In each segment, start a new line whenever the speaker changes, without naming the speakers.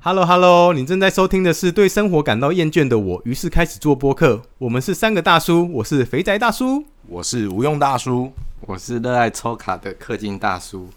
Hello Hello，你正在收听的是对生活感到厌倦的我，于是开始做播客。我们是三个大叔，我是肥宅大叔。
我是无用大叔。
我是热爱抽卡的氪金大叔，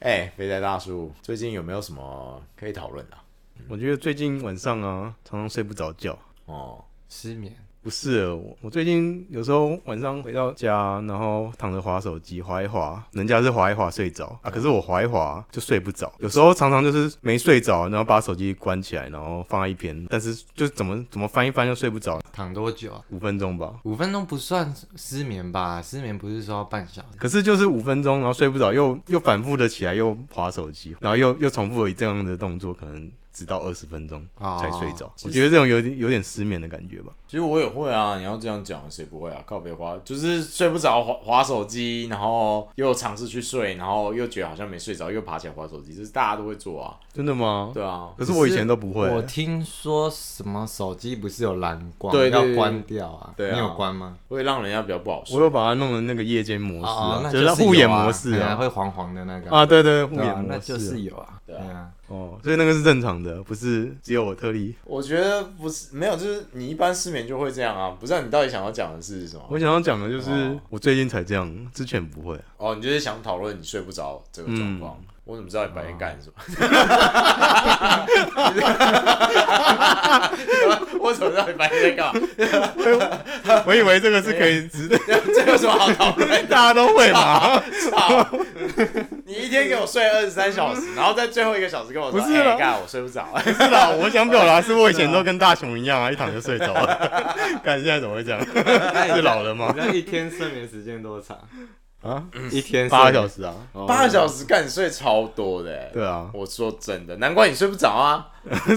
哎、肥仔大叔，最近有没有什么可以讨论的、啊？
我觉得最近晚上啊，常常睡不着觉。
哦，
失眠。
不是了我，我最近有时候晚上回到家，然后躺着划手机，划一划，人家是划一划睡着啊，可是我划一划就睡不着。有时候常常就是没睡着，然后把手机关起来，然后放在一边，但是就是怎么怎么翻一翻就睡不着，
躺多久啊？
五分钟吧。
五分钟不算失眠吧？失眠不是说要半小时？
可是就是五分钟，然后睡不着，又又反复的起来，又划手机，然后又又重复了这样的动作，可能直到二十分钟
哦
才睡着。我觉得这种有点有点失眠的感觉吧。
其实我也会啊。你要这样讲，谁不会啊？靠北花就是睡不着，滑滑手机，然后又尝试去睡，然后又觉得好像没睡着，又爬起来滑手机，这是大家都会做啊。
真的吗？
对啊，
可是我以前都不会、啊
我听说什么手机不是有蓝光，
对对对
要关掉啊？
对啊
你有关吗？
会让人家比较不好
我
睡。
有把它弄成那个夜间模式啊，
那
是
是
护眼
有啊
模式
哎呀
啊，
会黄黄的那个。
啊，对对，护
对啊
眼模
那
式
就
啊
是有啊。
对啊
哎呀
哦，所以那个是正常的，不是只有我特例。
我觉得不是没有，就是你一般失眠就会这样啊。不知道你到底想要讲的是什么？
我想要讲的就是
哦，
我最近才这样，之前不会。啊
哦，你就是想讨论你睡不着这个状况。
嗯
我怎么知道你白天 干什么？ 我怎么知道你白天在干嘛？
我以为这个是可以值得
这有什么好讨论？
大家都会
哎
嘛，
操！你一天给我睡二十三小时，然后在最后一个小时跟我说，
不是啦
哎干我睡不着。
不是啦。我想表达是我以前都跟大雄一样啊，一躺就睡着了。看现在怎么会这样？
哎
是老了吗
你？那一天睡眠时间多长？
啊，
一天
八个小
时，
时啊，
八个小
时。
时干，你睡超多的、欸。
对啊，
我说真的，难怪你睡不着啊，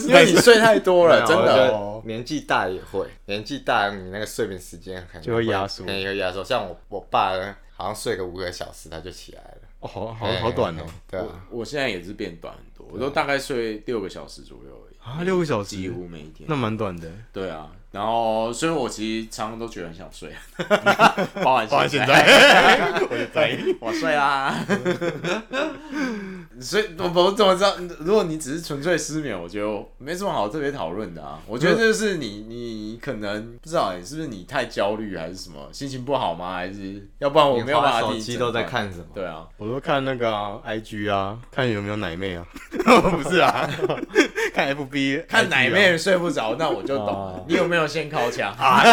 因为你睡太多
呃
了，真
我觉
的。
哦
得年纪大也会，年纪大你那个睡眠时间可能
就会压缩
可能会压缩。像我我爸呢，好像睡个五个小时他就起来了，
哦好好好短哦
哎。对啊，
我现在也是变短很多，我都大概睡六个小时左右而已，
哎
啊，六个小
几
时，
乎每一天。
那蛮短的。
对啊，然后所以我其实常常都觉得很想 睡，包含
包含现
现
在， 我就在意。
我睡啦。 所以，我我怎么知道？如果你只是纯粹失眠，我觉得没什么好特别讨论的啊。我觉得这就是你，你可能不知道、欸，是不是你太焦虑，还是什么，心情不好吗？还是要不然我没有
你
办
花
法
手
听。
机都在。看什么？
对啊，
我都看那个啊、IG 啊，看有没有奶妹啊， 不是啊， 看 FB，
看
IG 啊
奶妹睡不着，那我就懂了
哦。
你有没有先靠墙？
啊，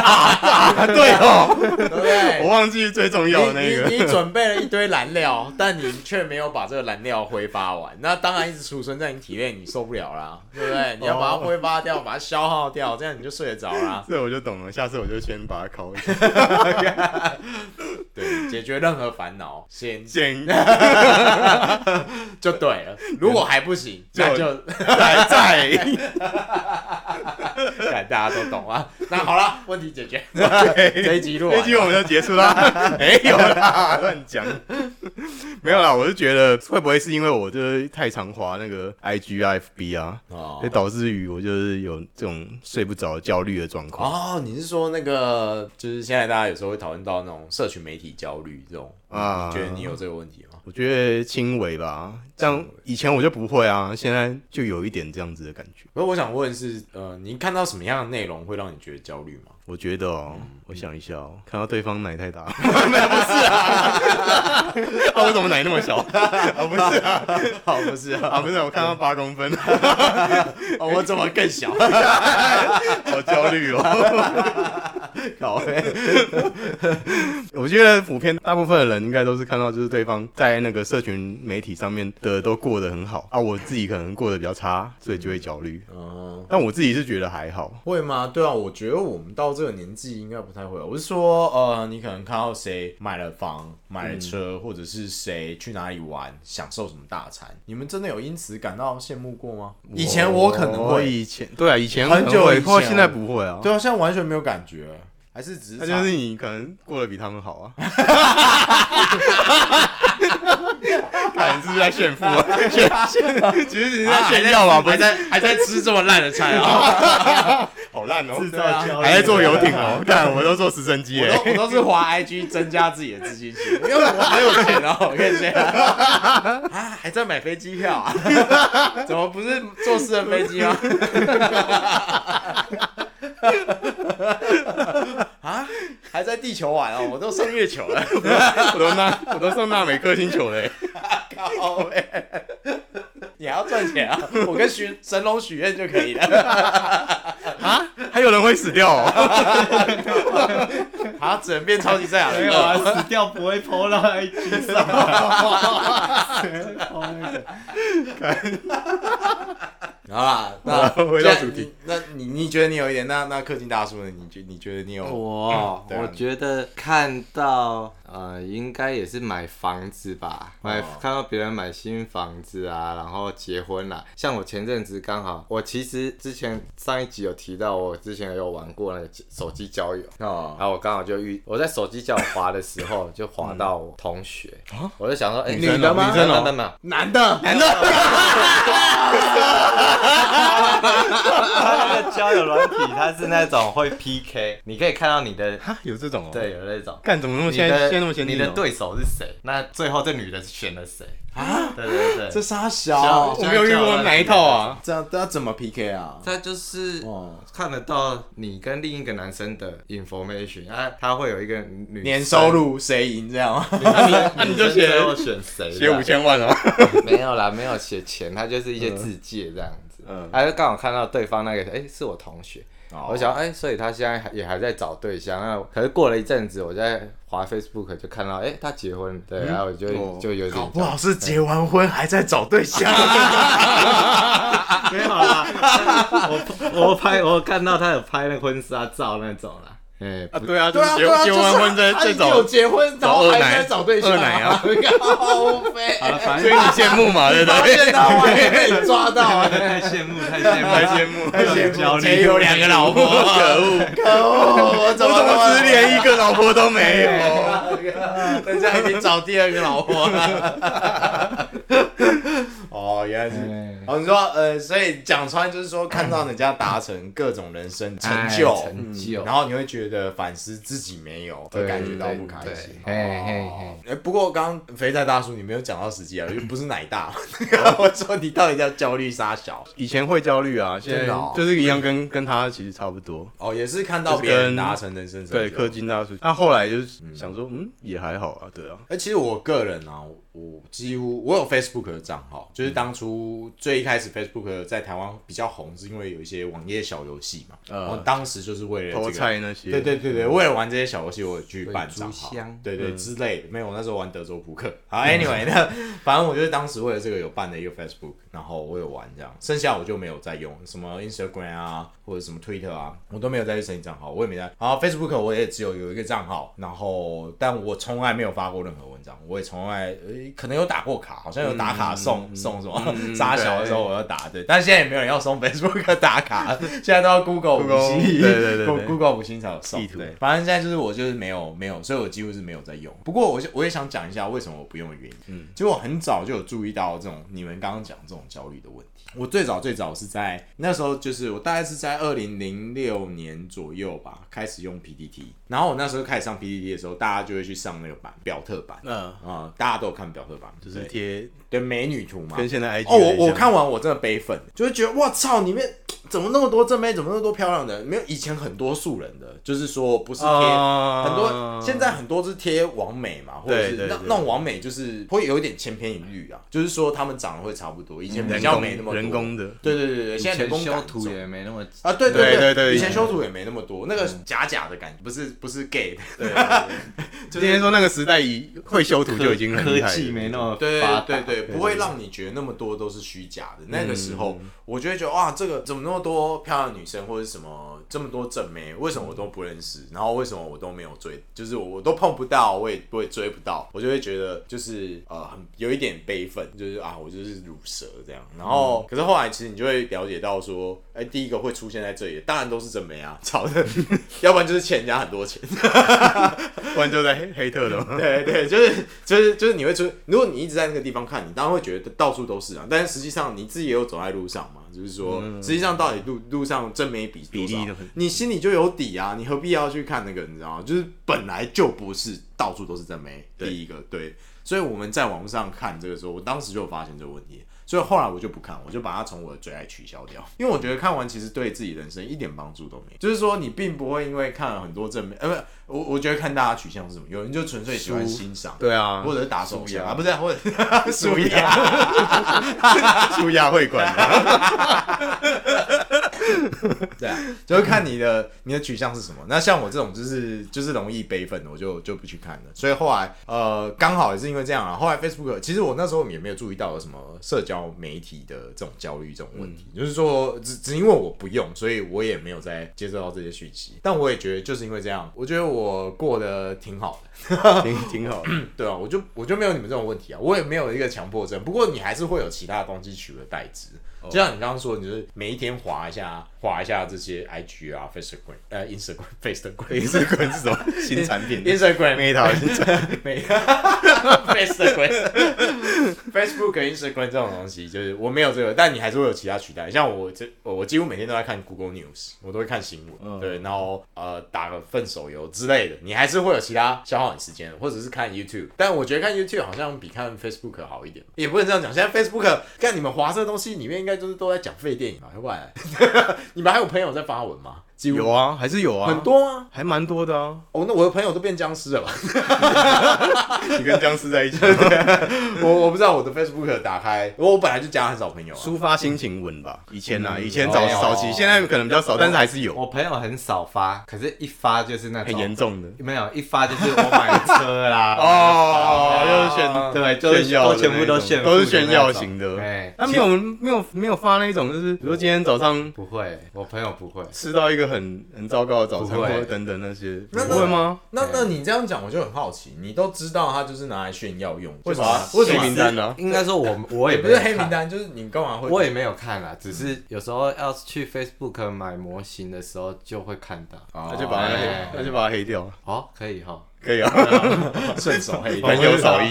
对哦，
对不
我
对？
忘记最重要的那
你你你
个，
准备了一堆燃料， 但你却没有把这个燃料挥发完，那当然一直储存在你体内，你受不了啦，对不对？你要
哦
把它挥发掉，把它消耗掉，这样你就睡得着啦。
这我就懂了，下次我就先把它拷一下，
对，解决任何烦恼先
先
就对了。如果还不行，
就
那就
再再
感 大家都懂啊。那好了，问题解决。这
对，
一集录完
这
了，
一集我们就结束 啦，没有啦，乱讲。没有啦，我是觉得会不会是因为我就是太常滑那个 IG 啊、FB 啊，所以
哦
导致于我就是有这种睡不着、焦虑的状况
哦，你是说那个，就是现在大家有时候会讨论到那种社群媒体焦虑这种，
啊。
哦你觉得你有这个问题吗？
我觉得轻微吧，像以前我就不会啊，现在就有一点这样子的感觉。
可是我想问是，呃，你看到什么样的内容会让你觉得焦虑吗？
我觉得哦，我想一下哦，看到对方奶太大， 没有不是啊，啊 我怎么奶那么小？啊不是 啊，
哦，不是啊，
啊不是啊，我看到八公分，
哦我怎么更 小？
好焦虑哦。
搞欸
我觉得普遍大部分的人应该都是看到，就是对方在那个社群媒体上面的都过得很好啊，我自己可能过得比较差，所以就会焦虑。
嗯，
但我自己是觉得还好，
会吗？对啊，我觉得我们到这个年纪应该不太会。啊我是说，呃，你可能看到谁买了房、买了车，或者是谁去哪里玩、享受什么大餐，你们真的有因此感到羡慕过吗？以前我可能
我
会，
以前对啊，以前
很久
可能会
以前
或现在不会啊。
对啊，现在完全没有感觉，还是只是
那就是你可能过得比他们好 啊。看你是不是在炫富 啊？炫炫，其实你是在炫耀吧？不啊
还
是，
在还在吃这么烂的菜啊！
好
好烂哦、
制造焦虑
还在坐游艇哦，看我都坐直升机
我
哎，
都我都是滑 IG 增加自己的自信心，因为我很有钱哦，我跟你讲啊，还在买飞机票啊？ 怎么不是坐私人飞机吗？ 啊，还在地球玩哦，我都上月球了，
我都纳我都上纳美克星球嘞，
靠喂！Oh, 你还要赚钱啊？我跟许神龙许愿就可以了。
啊，还有人会死掉哦，
啊，只能变超级赛亚
没
人
有
了。
啊，死掉不会 PO 到 IG 上啊，谁会 PO 那个？
好啦，那
回到主题，
那你你觉得你有一点，那那氪金大叔呢？你觉你觉得你有？
我
对啊
我觉得看到呃，应该也是买房子吧，买、
哦
看到别人买新房子啊，然后结婚啦。像我前阵子刚好，我其实之前上一集有提到，我之前有玩过那个手机交友。
哦，
然后我刚好就遇我在手机交友滑的时候，就滑到我同学，我就想说，哎、
嗯啊女生哦女生哦
等等等，
男的，男的，
他那个交友软体，它是那种会 PK，你可以看到你的
哈， 有这种哦，
对，有那种。
干怎么那么
你
现在
的
现在那么先进
你
哦？
的对手是谁？那最后这女的选了谁？啊？对对对，
这傻
小
小
哦我，没有遇过哪一套啊，
这样这要怎么 PK 啊？
他就是
哦，
看得到你跟另一个男生的 information 啊，他会有一个女
年收，入谁赢这样 吗？
那你那
你就写
最后选谁？
写五，千万哦，
没有啦，没有写钱，他就是一些字界这样子。
嗯
他就刚好看到对方那个，哎，是我同学。
哦
我想，哎、所以他现在还也还在找对象。那可是过了一阵子，我在滑 Facebook 就看到，哎、他结婚了，对，然后我就、
哦
就有点
嗯搞不好是结 完婚还在找对象，
没有啊啦，
我拍，我看到他有拍那婚纱照那种啦。
嗯
哎、
啊 对啊，就是结结完婚再再
有
找，
结婚，然
找
后
二
还
奶
在找对象，
二奶 啊，
好肥，
好了，反
所以
正
你 羡慕嘛，对不
发
对？
现到我也被抓 到了。
太羡慕，太羡慕，
太羡慕，
太羡慕
了
焦
谁
虑。
有两个老婆？可恶！可恶！哎 我怎
我
么
怎
那
么只连一个老婆都没有？
人家已经找第二个老婆了。 哦，原来是。
哎嗯
哦，你说呃，所以讲穿就是说，看到人家达成各种人生成就，
哎成就
嗯然后你会觉得反思自己没有，而感觉到不开心。
对对对嘿
哦哎不过刚刚肥仔大叔，你没有讲到实际啊，又不是奶 大，
哦
我说你到底叫焦虑杀小？
以前会焦虑啊，现在
真的哦
就是一样跟，跟他其实差不多。
哦，也是看到别人达成人生成就，
对，氪金大叔，那后来就是想说，嗯，也还好啊，对啊，
哎、其实我个人啊，我我几乎我有 Facebook 的账
嗯
号，就是当初最一开始 Facebook 在台湾比较红，是因为有一些网页小游戏嘛，
呃
我当时就是为了
偷
这个。
菜那些，嗯
对对对对，为了玩这些小游戏，我有去办账
水
号
族箱，
对对之类的。没有，我那时候玩德州扑 克。好，anyway，那 反正我就是当时为了这个有办了一个 Facebook，然后我有玩这样，剩下我就没有再用什么 Instagram 啊，或者什么 Twitter 啊，我都没有再去申请账号，我也没在。然后 Facebook 我也只有有一个账号，然后但我从来没有发过任何文章，我也从来、呃、可能有打过卡，好像有打卡送、
嗯
送什么沙、小的时候我要打对，但现在也没有人要送 Facebook 打卡，现在都要 Google 五
Google，
星，
对对对对
Google- Google 五星才有送
地图
对，反正现在就是我就是没有没有，所以我几乎是没有在用。不过我就我也想讲一下为什么我不用的原因。嗯，就我很早就有注意到这种你们刚刚讲这种焦虑的问题。我最早最早是在那时候，就是我大概是在二零零六年左右吧，开始用 PPT。然后我那时候开始上 PPT 的时候，大家就会去上那个版表特版。啊、
嗯，
大家都有看表特版，
就是
对
贴
对美女图嘛，
跟现在 IG
哦，我
有
我
点像
看完我真的悲愤，就是觉得哇操，里面怎么那么多正妹，怎么那么多漂亮的？没有以前很多素人的，就是说不是贴、
啊
很多，现在很多是贴网美嘛，或者是
对对
那
对
那种网美就是会有一点千篇一律啊，就是说他们长得会差不多，以前比
人
较
工
没那么多
人。工的，
对对对对，
以
现在人
前
工
修
感
图
重
也没那么
啊，对
对
对
对对嗯
以前修图也没那么多，那个假假的感觉，不是不是 gay 的，
对，今天说那个时代已会修图就已经很
科
厉害了，
技没那么
对
发达
对对，嗯不会让你觉得那么多都是虚假的。那个时候，我就会觉得哇，这个怎么那么多漂亮的女生或者是什么这么多正妹，为什么我都不认识？然后为什么我都没有追？就是我我都碰不到，我也我也追不到，我就会觉得就是呃很有一点悲愤，就是啊我就是乳蛇这样。然后、可是后来其实你就会了解到说，哎、第一个会出现在这里的，当然都是正妹啊，吵的， 要不然就是欠人家很多钱。
不然就在黑黑特的 嘛，
对对，就是就是就是你会出，如果你一直在那个地方看，你当然会觉得到处都是啊。但是实际上你自己也有走在路上嘛，就是说，实际上到底路路上正每比多
比
少
例都很
你心里就有底啊，你何必要去看那个？你知道吗？就是本来就不是到处都是正妹，
对
第一个对，所以我们在网络上看这个时候，我当时就有发现这个问题，所以后来我就不看，我就把它从我的最爱取消掉， 因为我觉得看完其实对自己人生一点帮助都没有，就是说你并不会因为看了很多正妹，呃，不，我我觉得看大家取向是什么，有人就纯粹喜欢
书
欣赏，
对啊，
或者是打手
舒
枪
压
啊，不是，或者 属鸭，
出亚会馆 嘛，
对啊， 就是看你的你的取向是什么。那像我这种就是就是容易悲愤的，我就就不去看了。所以后来呃，刚好也是因为这样啊，后来 Facebook 其实我那时候也没有注意到有什么社交媒体的这种焦虑这种问题，就是说只只因为我不用，所以我也没有再接受到这些讯息。但我也觉得就是因为这样，我觉得我过得挺好的。
挺挺 好的。
对啊，我就我就没有你们这种问题啊，我也没有一个强迫症，不过你还是会有其他的东西取而代之。就像你刚刚说，你就是每一天划一下，划一下这些 IG 啊、Facebook、呃 Instagram、Facebook、
Instagram 是什么新产 品
Instagram、
？Meta 新产
没 Facebook、Facebook、Instagram 这种东西，就是我没有这个，但你还是会有其他取代。像我这，我我几乎每天都在看 Google News，我都会看新闻，
嗯
对，然后呃打个份手游之类的，你还是会有其他消耗你时间的，或者是看 YouTube。但我觉得看 YouTube 好像比看 Facebook 好一点，也不能这样讲。现在 Facebook 看你们华社东西里面，应该就是都在讲废电影吧？要不然 你们还有朋友在发文吗？几乎
有啊，还是有啊，
很，多啊。
还蛮多的啊。
哦，那我的朋友都变僵尸了吧？
你跟僵尸在一起，
我我不知道我的 Facebook 打开，我我本来就加很少朋友、啊，
抒发心情文吧。以前啊，
嗯
以前早
哦
早期，现在可能比较少，但是还是有
我朋友很少发，可是一发就是那种
很严重的。
没有一发就是 我买了车啦，
哦，就是炫
对，就是
炫耀的
都全部
那
都
种
炫富的
都
那种，
是炫耀型的。
哎，
他没有没有没有发那一种，就是比如说今天早上
不会，我朋友不会，
吃到一个很很糟糕的早餐，
不
或
会
者等等那些，不
那
会吗？
那那你这样讲，我就很好奇，你都知道他就是拿来炫耀用，为什么？
为
为什
什
么
么黑名单呢？
应该说我我
也
也
不
没
是
有
黑名
看，
单，就是你干嘛会？
我也没有看啦，只是有时候要去 Facebook 买模型的时候就会看到。
哦
那就把它黑
哎，
那就把它黑掉，
哦，可以哈，
可以啊，
顺手 黑
反
单
正。有少一。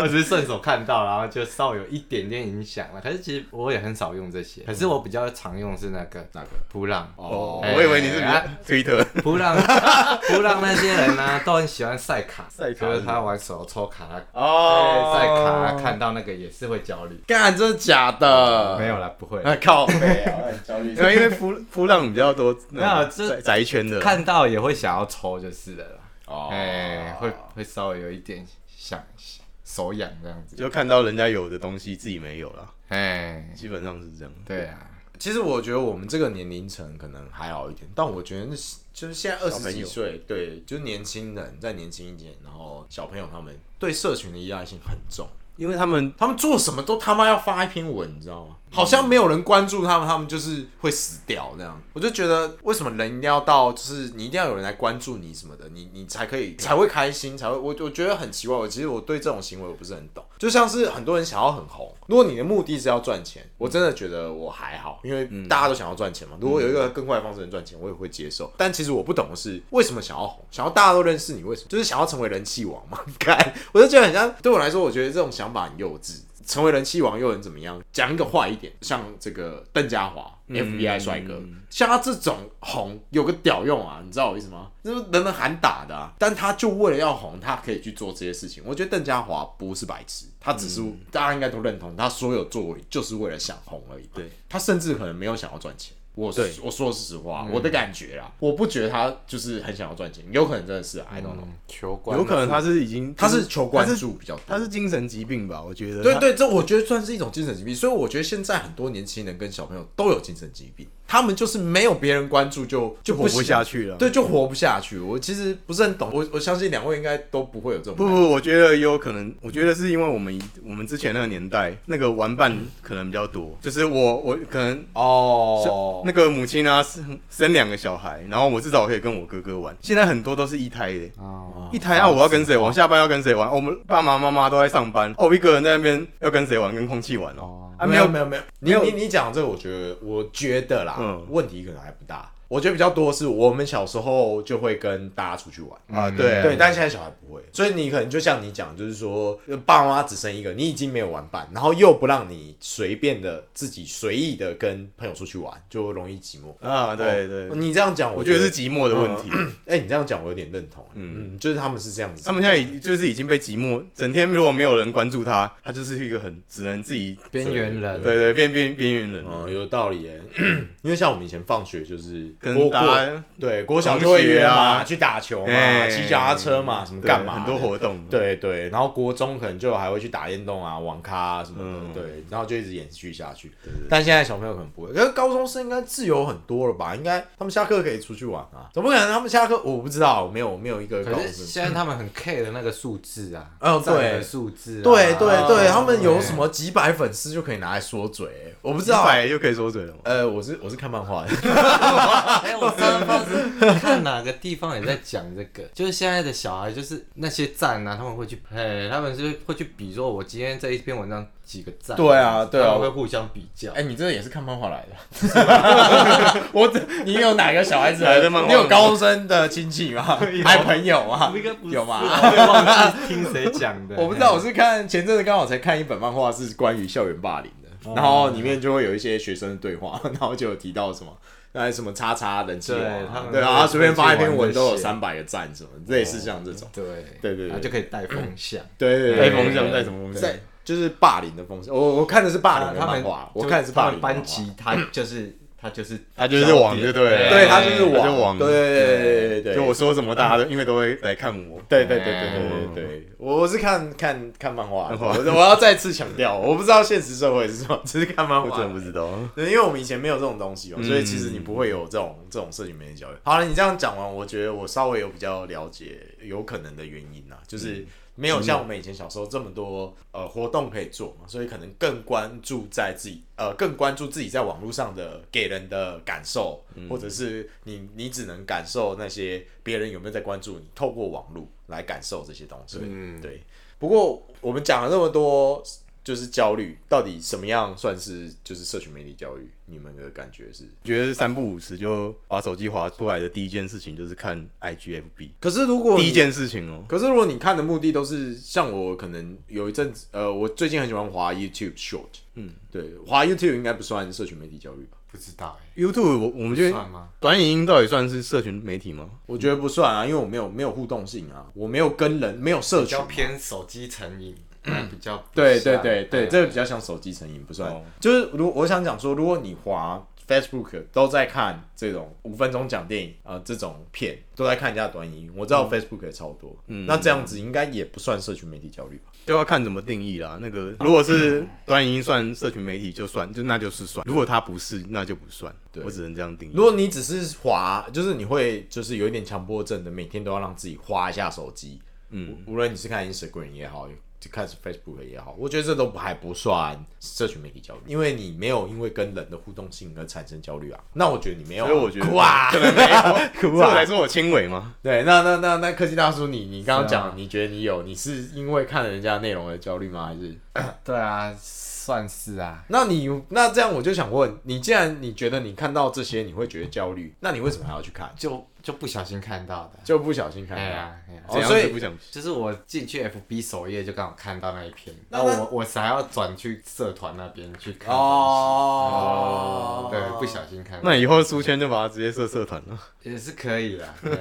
我只是顺手看到，然后就稍微有一点点影响了。可是其实我也很少用这些，可是我比较常用是那个
那个？
扑浪，
哦
嗯哦，我以为你是
哎哎
Twitter
扑 浪扑浪那些人呢、都很喜欢晒卡，
晒卡
就是他玩手游抽卡，他
哦
对晒哎卡，看到那个也是会焦虑。
干，真的假的？
没有啦，不会，
啊，靠背啊，很焦虑
因为因为扑扑浪比较多，
没
啊
有这
宅宅圈的，
看到也会想要抽就是了啦。
哦
哎、会会稍微有一点想手痒这样子。
就看到人家有的东西自己没有了，
哎、
基本上是这样。
对啊，
其实我觉得我们这个年龄层可能还好一点，但我觉得那是就是现在二
小
十
朋
几
友
岁，对，就是年轻人再年轻一点，然后小朋友他们对社群的依赖性很重。
因为他们
他们做什么都他妈要发一篇文，你知道吗？好像没有人关注他们，他们就是会死掉这样。我就觉得，为什么人一定要到，就是你一定要有人来关注你什么的，你你才可以才会开心，才会我我觉得很奇怪。我其实我对这种行为我不是很懂，就像是很多人想要很红，如果你的目的是要赚钱，我真的觉得我还好，因为大家都想要赚钱嘛。如果有一个更快的方式能赚钱，我也会接受。但其实我不懂的是，为什么想要红，想要大家都认识你，为什么？就是想要成为人气王嘛。 你看，我就觉得很像，对我来说，我觉得这种想法很幼稚。成为人气王又能怎么样？讲一个坏一点，像这个邓家华、FBI 帅哥，像他这种红有个屌用啊，你知道我意思吗？就是人人喊打的、啊，但他就为了要红，他可以去做这些事情。我觉得邓家华不是白痴，他只是、大家应该都认同，他所有作为就是为了想红而已。
对，
他甚至可能没有想要赚钱。我
对
我说实话，我的感觉啦，我不觉得他就是很想要赚钱，有可能真的是啊 I don't know，、
嗯，球馆
有可能他是已经
他是求关
他是
注比较多，
他是精神疾病吧？我觉得
对
他
对，这我觉得算是一种精神疾病，所以我觉得现在很多年轻人跟小朋友都有精神疾病，他们就是没有别人关注就就
活不
行啊
下，去了。
对，就活不下去。我其实不是很懂，我我相信两位应该都不会有这种
不不，我觉得也有可能，我觉得是因为我们我们之前那个年代，那个玩伴可能比较多，就是我我可能
哦，
那个母亲啊生生两个小孩，然后我至少可以跟我哥哥玩。现在很多都是一胎的，
哦，
一胎啊，我要跟谁玩？我下班要跟谁玩？哦我们爸爸妈妈都在上班，哦，我一个人在那边要跟谁玩？跟空气玩哦
哦，
啊，
没
没
有
有
没有没有，你
没有
你你讲这个，我觉得我觉得啦，
嗯
问题可能还不大。我觉得比较多是我们小时候就会跟大家出去玩。
啊，
嗯
对啊
对，但现在小孩不会，所以你可能就像你讲，就是说爸妈只生一个，你已经没有玩伴，然后又不让你随便的自己随意的跟朋友出去玩，就容易寂寞。
啊，对对，
你这样讲，
我
我
觉
觉
得
得
是，寂寞的问题。
哎、你这样讲我有点认同，嗯嗯，就是他们是这样子，
他们现在已就是已经被寂寞，整天如果没有人关注他，他就是一个很只能自己
边缘人，
对哦对变变边缘人，
嗯有道理耶， 因为像我们以前放学就是
跟
国
大
国
家
对国小就会约
同学
嘛，
啊
去打球嘛，
哎
骑脚踏车嘛，什么
对
干嘛
很多
的
活动，
对对，然后国中可能就还会去打电动啊、网咖啊什么的，
嗯
对，然后就一直延续下去。但现在小朋友可能不会，可是高中生应该自由很多了吧？应该他们下课可以出去玩啊？怎么可能他们下课？我不知道，没有没有一个高
可
中
是
生。
现在他们很 care 的那个数字啊，
哦对
占的数字啊，
对对对，
哦
他们有
对
什么几百粉丝就可以拿来说嘴、我不
不
知道、
就可以说嘴了嘛。
呃，我是我是看漫画的，
哎，我上上次看哪个地方也在讲这个，就是现在的小孩，就是那些赞啊，他们会去，哎，他们是会去比说，我今天这一篇文章几个赞，
对啊对啊
他们会互相比较。
哎、你这也是看漫画来的？ 我这你有哪个小孩子
哪个漫画
你有高中生的亲戚吗？还有朋友吗？
那个不是
有吗？
啊
我也忘记听谁讲 的，
我不知道，我是看前阵子刚好才看一本漫画，是关于校园霸凌的，然后里面就会有一些学生的对话， 然后就有提到什么。那什么叉叉人气王
对他
啊，
们
对
会
啊，随便发一篇文都
会
有
去玩
三百个赞，什么类似像这种，
对
对对
然后就可以带风向。
对对
带
对，
风向带什么风向
在就是霸凌的风向。我我看的是霸凌的
啊他
漫
们
画，
就
我看的是
他
霸
们
凌的漫
班
画，
级，他就是他就是
他就是网，就对了，
对，他就是
他就
网，
网嗯
对对对对对，
就我说什么，大家都因为都会来看我。
对对对对对对对，嗯我我是看看看漫画的，
漫画
我我要再次强 调，我不知道现实社会是什么， 只是看漫
我
画
真
的
的。不知道，
对，因为我们以前没有这种东西哦、
嗯
所以其实你不会有这种这种社群媒体交流。好了，你这样讲完，我觉得我稍微有比较了解有可能的原因啦，就是没有像我们以前小时候这么多呃活动可以做嘛，所以可能更关注在自己呃更关注自己在网络上的给人的感受，或者是你你只能感受那些别人有没有在关注你，透过网络来感受这些东西。
嗯
对。不过我们讲了那么多，就是焦虑，到底什么样算是就是社群媒体焦虑？你们的感觉是？
觉得三不五时就把手机划出来的第一件事情就是看 IGFB，
可是如果
第一，件事情哦、
可是如果你看的目的都是像我，可能有一阵子，呃，我最近很喜欢滑 YouTube Short，嗯，对，滑 YouTube 应该不算社群媒体焦虑吧？
不知道
y o u t u b e 我我们觉
哎，
得
啊
算吗？
短影音到底算是社群媒体吗？
我觉得不算啊，因为我没有没有互动性啊，我没有跟人，没有社
比
群
较
嘛。
偏手机成瘾，那比较不
对对
像
对对，
嗯
这个比较像手机成瘾，不算。
哦
就是如我想讲说，如果你滑 Facebook 都在看这种五分钟讲电影啊、呃这种片，都在看人家的短影音，我
嗯
知道 Facebook 也超多，
嗯
那这样子应该也不算社群媒体焦虑吧？
就要看怎么定义啦。那个
啊
如果是短影音算社群媒体就算，就那就是算；如果它不是，那就不算。
对
我只能这样定义。
如果你只是滑，就是你会就是有一点强迫症的，每天都要让自己滑一下手机，嗯，无论你是看 Instagram 也好。就看 Facebook 也好，我觉得这都不还不算社群媒体焦虑，因为你没有因为跟人的互动性而产生焦虑啊。那我觉得你没有啊、
所以我觉得
哇，
可能没 有，所以
哭啊
我才说我轻微嘛。
对，那那那那科技大叔你，你刚刚
是
讲
啊，
你觉得你有，你是因为看了人家内容而焦虑吗？还是？
对啊，算是啊。
那你那这样我就想问，你既然你觉得你看到这些你会觉得焦虑，那你为什么还要去看？
就就不小心看到的，
就不小心看
哎
到，
呀，哎呀
哦
怎样
所以
是不想
就是我进去 FB 首页就刚好看到那一篇，
那
那
那
我我才要转去社团那边去看东西
哦
对，不小心看到，
那以后书签就把它直接设社团了，
也是可以 的，对啊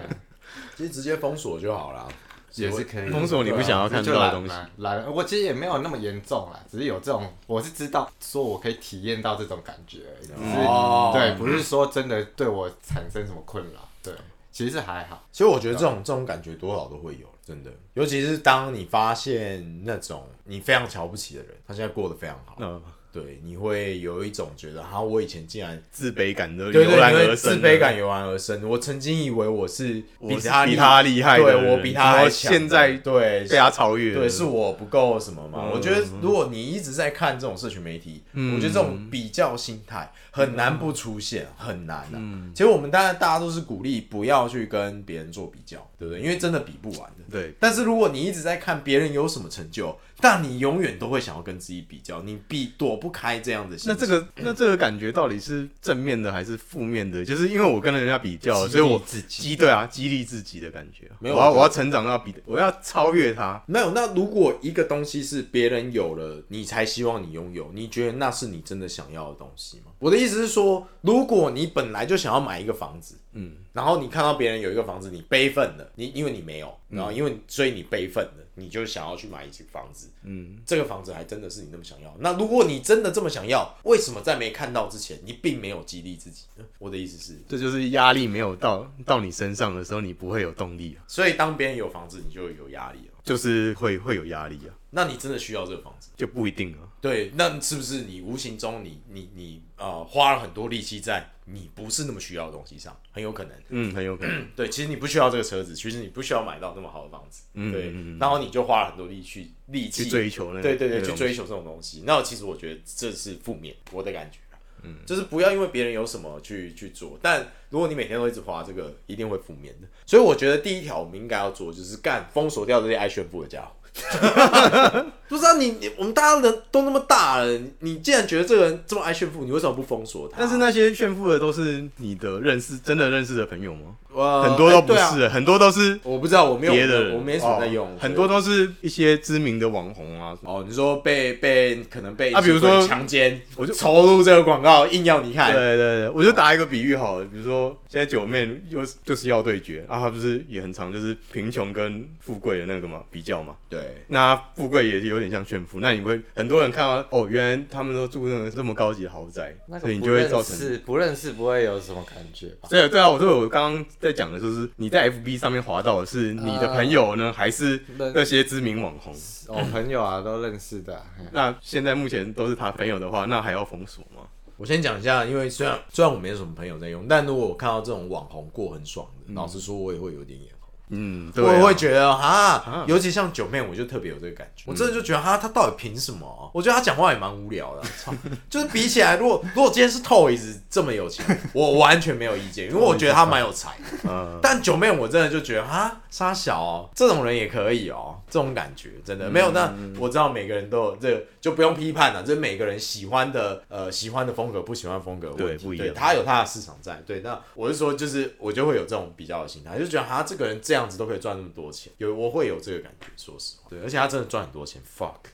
其实直接封锁就好了。
也是可以。啊
封锁你不想要看到的东西
就。懒嘛，懒。我其实也没有那么严重啦，只是有这种，我是知道说我可以体验到这种感觉而已，只是
哦
对，不是说真的对我产生什么困扰，对，其实还好。
其实我觉得这种这种感觉多少都会有，真的。尤其是当你发现那种你非常瞧不起的人，他现在过得非常好，
嗯，
对，你会有一种觉得，哈，我以前竟然
自卑感都
对
油
对，
然
因为
而生
自
了，
卑感油然而生。我曾经以为我是
我是
他
比
比
他厉害的人，
对我比他
然
还
后
强
现在
对
被他超越了，
对是我不够什么嘛？
嗯嗯
我觉得如果你一直在看这种社群媒体，我觉得这种比较心态很难不出现，很难的、
嗯
其实我们当然大家都是鼓励不要去跟别人做比较，对不对？因为真的比不完的。
对
但是如果你一直在看别人有什么成就，但让你永远都会想要跟自己比较，你避躲不开这样的心
那
情。
这个那这个感觉到底是正面的还是负面的？就是因为我跟人家比较，所以我
自己
激对啊，激励自己的感觉。
没有
我要
我
我要成长到比我要超越他。
没有，那如果一个东西是别人有了，你才希望你拥有，你觉得那是你真的想要的东西吗？我的意思是说，如果你本来就想要买一个房子，嗯，然后你看到别人有一个房子，你悲愤了，你因为你没有，然后因为所以你悲愤了，你就想要去买一间房子，嗯，这个房子还真的是你那么想要。那如果你真的这么想要，为什么在没看到之前，你并没有激励自己呢？我的意思是，
这就是压力没有到到你身上的时候，你不会有动力啊，
所以当别人有房子，你就有压力了。
就是会会有压力啊，
那你真的需要这个房子？
就不一定啊。
对，那是不是你无形中你你你呃花了很多力气在你不是那么需要的东西上，很有可能。
嗯，很有可 能。
对，其实你不需要这个车子，其实你不需要买到那么好的房子，
嗯
对，
嗯
然后你就花了很多力去力气
去追求那个
对对对，
那
去
种
追求这种东西。那其实我觉得这是负面，我的感觉啊。嗯，就是不要因为别人有什么去去做，但如果你每天都一直花这个，一定会负面的。所以我觉得第一条我们应该要做，就是干封锁掉这些爱炫富的家伙。 不是啊，你你我们大家人都那么大了，你你既然觉得这个人这么爱炫富，你为什么不封锁他？
但是那些炫富的都是你的认识，真的认识的朋友吗？
呃，
很多都
哎
不
对啊
是，欸很多都是
我不知道，我没有，
别的人，
我没什么在用，
哦
对
很多都是一些知名的网红啊。
哦，你说被被可能被
啊比如说
一些鬼强奸，
我就
投入这个广告，硬要你
对
看，
对对，我就打一个比喻好了，比如说现在九妹就是就是要对决啊，她不是也很常就是贫穷跟富贵的那个嘛比较嘛。
对
那富贵也有点像炫富，那你会很多人看到哦，原来他们都住那个这么高级的豪宅，
那
所以
个
你
不
就会
认
造成
识不认识不会有什么感觉吧？
对对啊，我说我刚刚在讲的就是你在 FB 上面滑到的是你的朋友呢，还是那些知名网
呃
红？
我朋友啊都认识的啊，嘿
那现在目前都是他朋友的话，那还要封锁吗？
我先讲一下，因为虽然虽然我没什么朋友在用，但如果我看到这种网红过很爽的，老实说，我也会有点眼红。
嗯，对、
我
啊，
也会觉得哈
啊，嗯
尤其像九妹，我就特别有这个感觉。我真的就觉得哈，她到底凭什么啊？我觉得她讲话也蛮无聊 的啊，操！就是比起来，如果如果今天是 Toys 这么有钱，我完全没有意见，因为我觉得她蛮有才的。
嗯，
但九妹我真的就觉得啊，沙小、哦、这种人也可以哦，这种感觉真的没
嗯
有。那我知道每个人都有这个就不用批判了，这每个人喜欢的呃喜欢的风格不喜欢的风格的问题
对不一样
他有他的市场在。对，那我是说，就是我就会有这种比较的心态，就觉得啊，这个人这样子都可以赚那么多钱，有我会有这个感觉，说实话。对，而且他真的赚很多钱，fuck。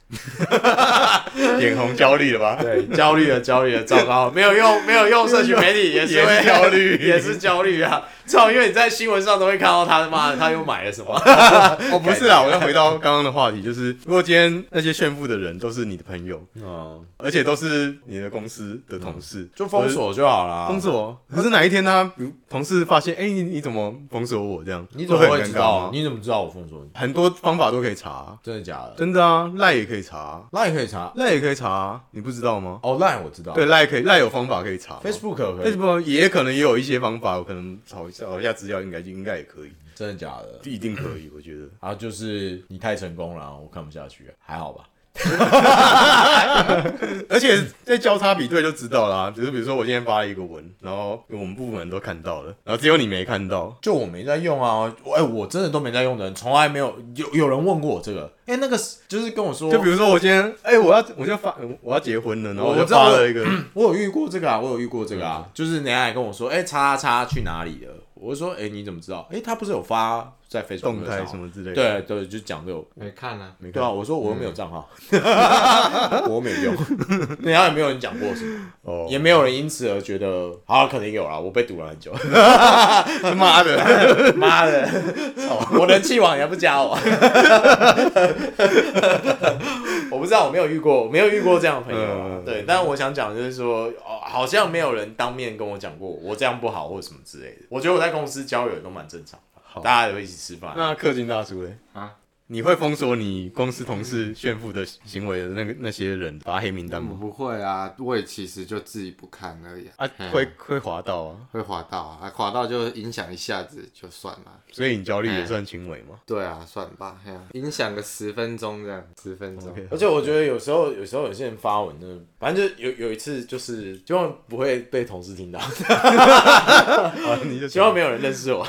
眼红焦虑了吧？
对，焦虑了，焦虑了，糟糕，没有用，没有用，社群媒体也是
也
会
是焦虑
也是焦虑啊。 操，因为你在新闻上都会看到他妈的，他又买了什么。
哦，不是 啊，我要回到刚刚的话题，就是 如果今天那些炫富的人都是你的朋友，
嗯，
而且都是你的公司的同事，
就封锁就好啦。
或者封锁。可是哪一天他比如同事发现，哎、你你怎么封锁我这样？
你怎么
就
会
很尴
知
尬
道啊
吗？？
你怎么知道我封锁你？
很多方法都可以查啊、
真的假的？
真的啊，赖也可以查啊，
那也可以查
赖也可以查啊，你不知道吗？
哦，那我知道。
对，赖可以，赖有方法可以查吗。
，Facebook 可以，
Facebook 也可能也有一些方法，我可能找一下找一下资料，应该就应该也可以，
真的假的？
一定可以，我觉得。
啊，就是你太成功了，我看不下去，还好吧？
而且在交叉比对就知道啦、就是比如说我今天发了一个文，然后我们部门都看到了，然后只有你没看到，
就我没在用啊，我哎、我真的都没在用的人，从来没有有有人问过我这个，哎、那个是就是跟我说，
就比如说我今天，哎、我要我就发我要结婚了，然后
我
就
知道
发
我
了一个，
我有遇过这个啊，我有遇过这个啊，就是人家也跟我说，哎、叉叉叉去哪里了？我就说，哎、你怎么知道？哎、他不是有发在 Facebook
动态
上
什么之类的
对对，就讲这个。
没看啊，
对啊，我说我又没有账号， 我又没有用， 人家也没有人讲过什么，
哦，
也没有人因此而觉得，好，可能有啦，我被堵了很久，
他 妈的，
妈的，我人气网也不加我， 我不知道，我没有遇过，我没有遇过这样的朋友啊
嗯。
对，但我想讲就是说，哦，好像没有人当面跟我讲过我这样不好或者什么之类的。我觉得我在公司交友都蛮正常的，大家也会一起吃饭。
那氪金大叔嘞？
啊，
你会封锁你公司同事炫富的行为的那个那些人，把他黑名单
我
嗯
吗？
不会啊，我也其实就自己不看而已
啊，会会滑到啊，
会滑到啊，滑到就影响一下子就算了。
所以你焦虑也算轻微吗？
对啊，算吧，嘿啊影响个十分钟这样，十分钟。
OK
而且我觉得有时候，有时候有些人发文呢，反正就有有一次，就是希望不会被同事听到，
啊，你就
希望没有人认识我。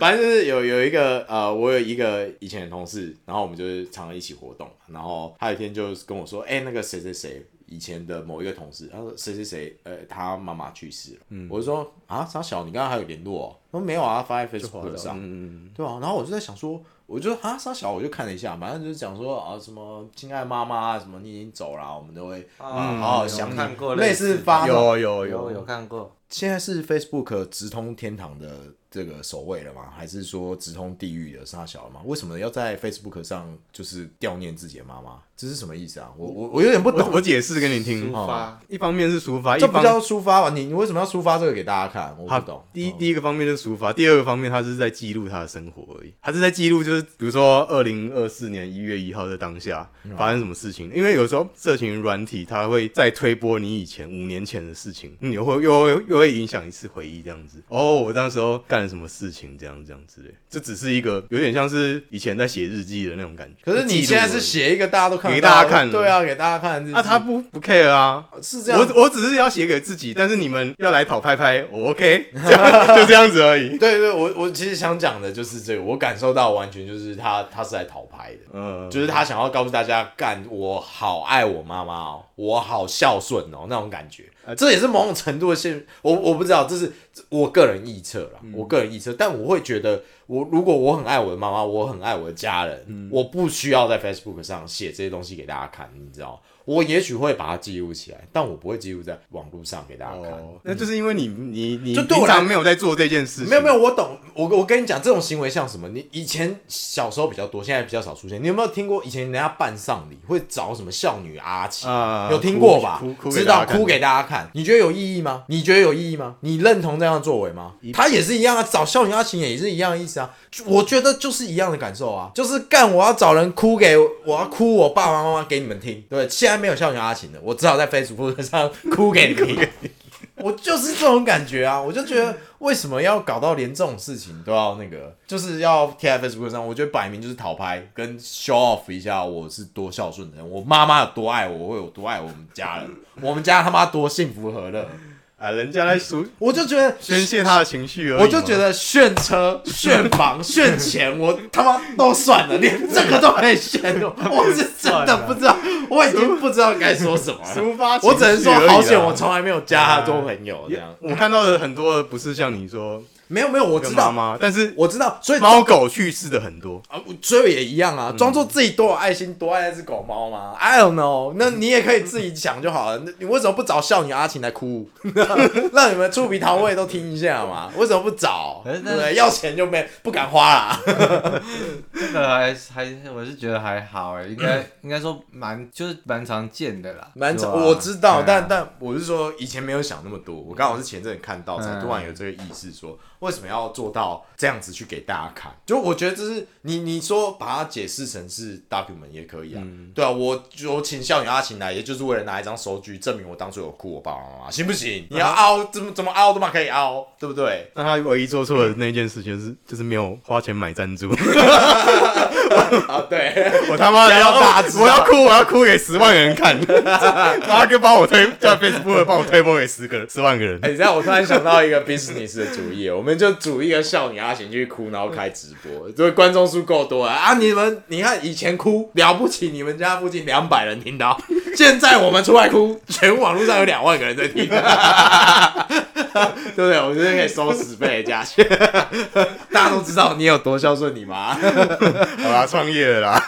反正就是有有一个呃，我有一个以前的同事，然后我们就是常常一起活动嘛，然后他有一天就是跟我说，哎、那个谁谁谁。以前的某一个同事，他说谁谁谁，呃，他妈妈去世了。我就说啊，傻小，你刚刚还有联络、哦？他说没有啊，发在
就滑
Facebook
到，
上。
嗯，
对啊，然后我就在想说，我就啊傻小，我就看了一下，反正就是讲说啊什么亲爱妈妈啊，什么你已经走了，我们都会啊好好想你
嗯有看过
类
类
似
似
发
有有
有
有，
有看过，
现在是 Facebook 直通天堂的这个首位了吗？还是说直通地狱的傻小了吗？为什么要在 Facebook 上就是悼念自己的妈妈？这是什么意思啊？我我我有点不
我
懂
我。解释给你听
抒，发
一方面是抒发，一
嗯这不
方
叫抒发吧？你你为什么要抒发这个给大家看？我
他
不懂。
第一
嗯
第一个方面就是抒发，第二个方面他是在记录他的生活而已。他是在记录，就是比如说二零二四年一月一号的当下
嗯
发生什么事情。因为有时候社群软体它会再推播你以前五年前的事情，你又会又会又会影响一次回忆这样子。哦，我当时候干了什么事情，这样这样之类。这只是一个有点像是以前在写日记的那种感觉。
可是你现在是
记
写一个大家都看得
给
到
大家看
对啊，给大家看的日
录而已
记。
啊，他不不 care 啊。
是哦这样子
我我只是要写给自己，但是你们要来讨拍拍，我 OK，这样就这样子而 已。
对对，我我其实想讲的就是这个，我感受到完全就是他他是来讨拍的，
嗯，
就是他想要告诉大家，干我好爱我妈妈哦，我好孝顺哦那种感觉，这也是某种程度的现，我我不知道，这是我个人臆测啦，我个人臆测，但我会觉得，我如果我很爱我的妈妈，我很爱我的家人，我不需要在 Facebook 上写这些东西给大家看，你知道。我也许会把它记录起来，但我不会记录在网络上给大家看。
哦，那就是因为你你你
就对我
平
来
常没有在做这件事情，
没有没有，我懂。我我跟你讲，这种行为像什么？你以前小时候比较多，现在比较少出现。你有没有听过以前人家办丧礼会找什么孝女阿奇？
啊
有听过吧
哭哭？
知道哭
哭
给
给
大家看，你觉得有意义吗？你觉得有意义吗？你认同这样的作为吗？他也是一样啊，找孝女阿奇也是一样的意思啊。就我觉得就是一样的感受啊，就是干我要找人哭给我要哭我爸爸妈妈给你们听。对，现在没有孝女阿奇的，我只好在 Facebook 上 哭给你听。我就是这种感觉啊！我就觉得为什么要搞到连这种事情都要那个，就是要贴在 Facebook 上？我觉得摆明就是讨拍跟 show off 一下，我是多孝顺的人，我妈妈有多爱我，我有多爱我们家人， 我们家他妈多幸福和乐。
啊，人家在抒
我就觉得，
宣泄他的情绪而已嘛。
我就觉得炫 车、炫房、炫钱，我他妈都算了，连这个都可以炫，我是真的不知道，我已经不知道该说什么了。
抒发情绪而已啦，啊
我只能说好险，我从来没有加他做朋友这样。
我看到的很多不是像你说
没有没有，我
跟
知
妈
道，
妈，但是
我知道，所以
猫狗去世的很多，
啊，我所以也一样啊，装作自己多有爱心，多爱那只狗猫嘛。I don't know，那你也可以自己想就好了。那你为什么不找少女阿琴来哭， 让你们触鼻糖味都听一下嘛？为什么不找？
可
对
是
不
那
对？要钱就没不敢花啦。
这个还还我是觉得还好哎，应 该应该说蛮就是蛮常见的啦，
蛮
是吧
长，我知
对
道，
啊
但但我是说以前没有想那么多，我刚好是前阵子看到，才
嗯
突然有这个意识说，为什么要做到这样子去给大家看？就我觉得这是你你说把它解释成是大屏们也可以啊，
嗯
对啊，我我请校女阿琴来，也就是为了拿一张收据证明我当初有哭我爸爸妈妈，行不行？你要
嗯
凹怎么怎么凹都嘛可以凹，对不对？
那他唯一做错的那件事情是就是没有花钱买赞 助，
啊， 对，
我他妈的
想要大
要
致啊
我要哭我要哭给十万人看， 妈哥帮我推叫 Facebook 帮我推播给十个十万个人
哎、，你知道我突然想到一个 business 的主意，我们就组一个少女阿贤去哭，然后开直播，这个观众数够多了啊！你们你看以前哭了不起，你们家附近两百人听到，现在我们出来哭，全网络上有两万个人在听，对 不对？我觉得可以收十倍的价钱， 大家都知道你有多孝顺你妈。
好啦，创业了啦，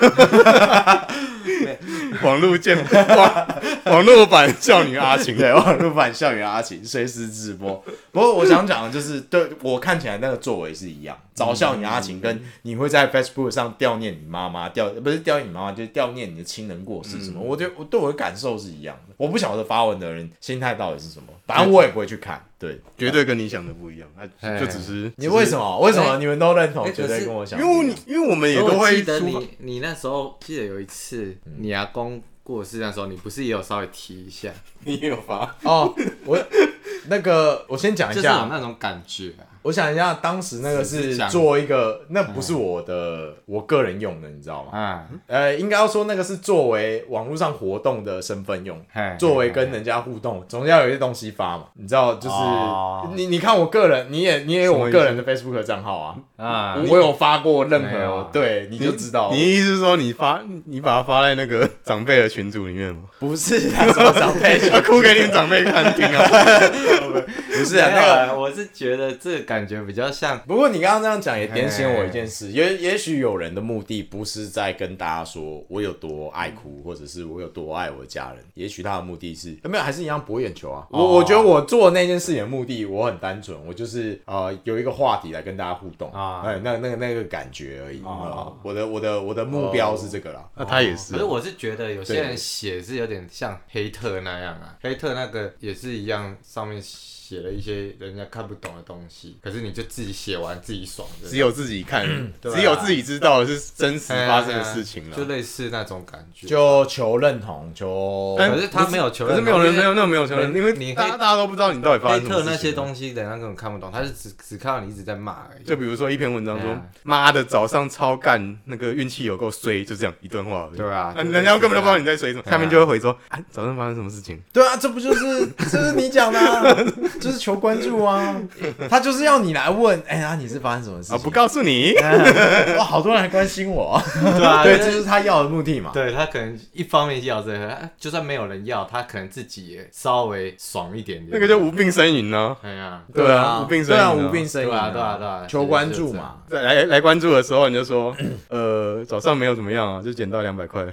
网络见网网络版少女阿晴，
对，网络版校园阿晴随时直播。不过我想讲的就是，对我看起来那个作为是一样，找校园阿晴
嗯
跟你会在 Facebook 上悼念你妈妈，悼不是悼念你妈妈，就是悼念你的亲人过世什
嗯
么。我觉得我对我的感受是一样的。我不晓得发文的人心态到底是什么，反正我也不会去看。对，
绝对跟你想的不一样，他
哎
就只是
你为什么？为什么
哎
你们都认同？
哎
绝
可
对
是
跟我想
因
的一样，
为你因为我们也
可
都
我
会
记得
抒发
你你那时候记得有一次你阿公过世那时候，你不是也有稍微提一下？
你也有发，
哦，我那个我先讲
就
一
是有
下，
那种感觉啊。
我想一下，当时那个
是嗯
是
这样
做一个，那不是我的我个人用的，你知道吗？
嗯，
呃，应该要说那个是作为网络上活动的身份用
嘿，
作为跟人家互动，总要有一些东西发嘛。你知道，就是、
哎哦
你你看我个人，你也你也有
什
我
么意
个人的 Facebook 账号啊，
啊
我我有发过任
没有啊
何，对，你就知道
你意思是说你发你把它发在那个长辈的群组里面吗？
不是啊，什么长辈，
要哭给你们长辈看听啊！
没有
不是啊，那个。
啊， 我是觉得这个感觉比较像
不过你刚刚这样讲也点醒我一件事，也也许有人的目的不是在跟大家说我有多爱哭，或者是我有多爱我的家人，也许他的目的是呃没有，还是一样博眼球啊。我、
哦
我觉得我做那件事情的目的我很单纯，我就是呃有一个话题来跟大家互动
啊
啊，哎、那那个那个感觉而已。
哦
啊我的我的我的目标是这个啦。
那他也是
可是，我是觉得有些
对
人写是有点像黑特那样啊，黑特那个也是一样，上面写了一些人家看不懂的东西，可是你就自己写完自己爽的，
只有自己看，
对啊
只有自己知道的是真实
哎呀
发生的事情了
就。类似那种感觉。
就求认同，求
但
可是他没有求
可
认
是
同，
没有人没有
因为
那个没有承认，
你
因为
你
大家
黑
大家都不知道你到底发
黑
生什么
特
事情。啊
那些东西的人，他根本看不懂，他是只只看到你一直在骂而已。
就比如说一篇文章
哎
说
呀
“妈的，早上超干，那个运气有够衰”，就这样一段话而已。
对啊
那
就
人家根本都不知道你在衰什么，
哎呀
下面就会回说：“啊，早上发生什么事情
对啊，这不就是这是你讲的、啊，就是求关注啊。他就是要你来问，哎、呀，你是发生什么事情？
啊？不告诉你。
哇，哦好多人来关心我。
对 啊，
对，
就
这
是
是他要的目的嘛。
对他可能一方面要这个，啊就算没有人要，他可能自己也稍微爽一点点。
那个就无病呻吟呢。
哎呀，
对啊，无病呻
对
吟
啊，
啊。
无病呻吟
对啊对啊对啊
求关注嘛。
对来来关注的时候，你就说：“呃，早上没有怎么样啊，就捡到两百块。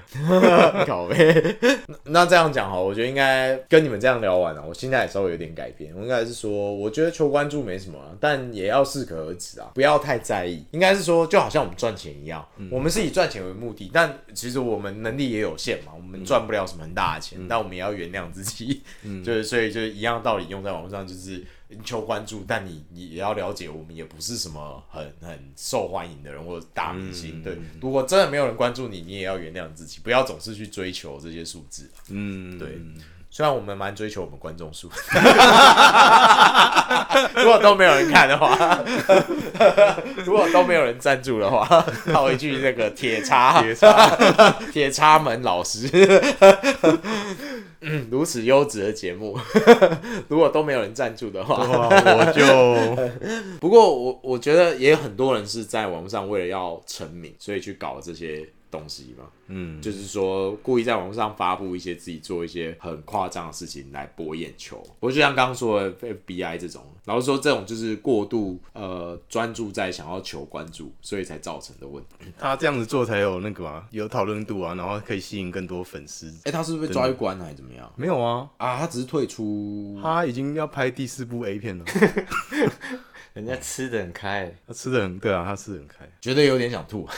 搞呗。那那这样讲哈，我觉得应该跟你们这样聊完了，我心态也稍微有点改变。我应该是说，我觉得求关注没什么啊，但也要适可而止啊，不要太在意。应该是说，就好像我们赚钱一样，我们是以赚钱为目的，但其实我们能力也有限嘛，我们赚不了什么很大的钱，但我们也要原谅自己。
嗯
就是所以就是一样道理用在网络上，就是你求关注，但你你也要了解，我们也不是什么很很受欢迎的人或者大明星。对，如果真的没有人关注你，你也要原谅自己，不要总是去追求这些数字。”
嗯，
对，虽然我们蛮追求我们观众数， 如果都没有人看的话， 如果都没有人赞助的话，套一句那个铁叉
铁
叉 铁叉门老师， 嗯，如此优质的节目， 如果都没有人赞助的话，
哇，我就
不过我我觉得也有很多人是在网络上为了要成名，所以去搞这些东西嘛。
嗯，
就是说故意在网络上发布一些自己做一些很夸张的事情来博眼球。我就像刚刚说的 FBI 这种，老实说这种就是过度呃专注在想要求关注，所以才造成的问题。
他这样子做才有那个嘛，有讨论度啊，然后可以吸引更多粉丝。
哎、他是不是被抓去关还是怎么样？
没有啊，
啊，他只是退出。
他已经要拍第四部 A 片了，
人家吃的很开，
他吃的很对啊，他吃的很开。
觉得有点想吐，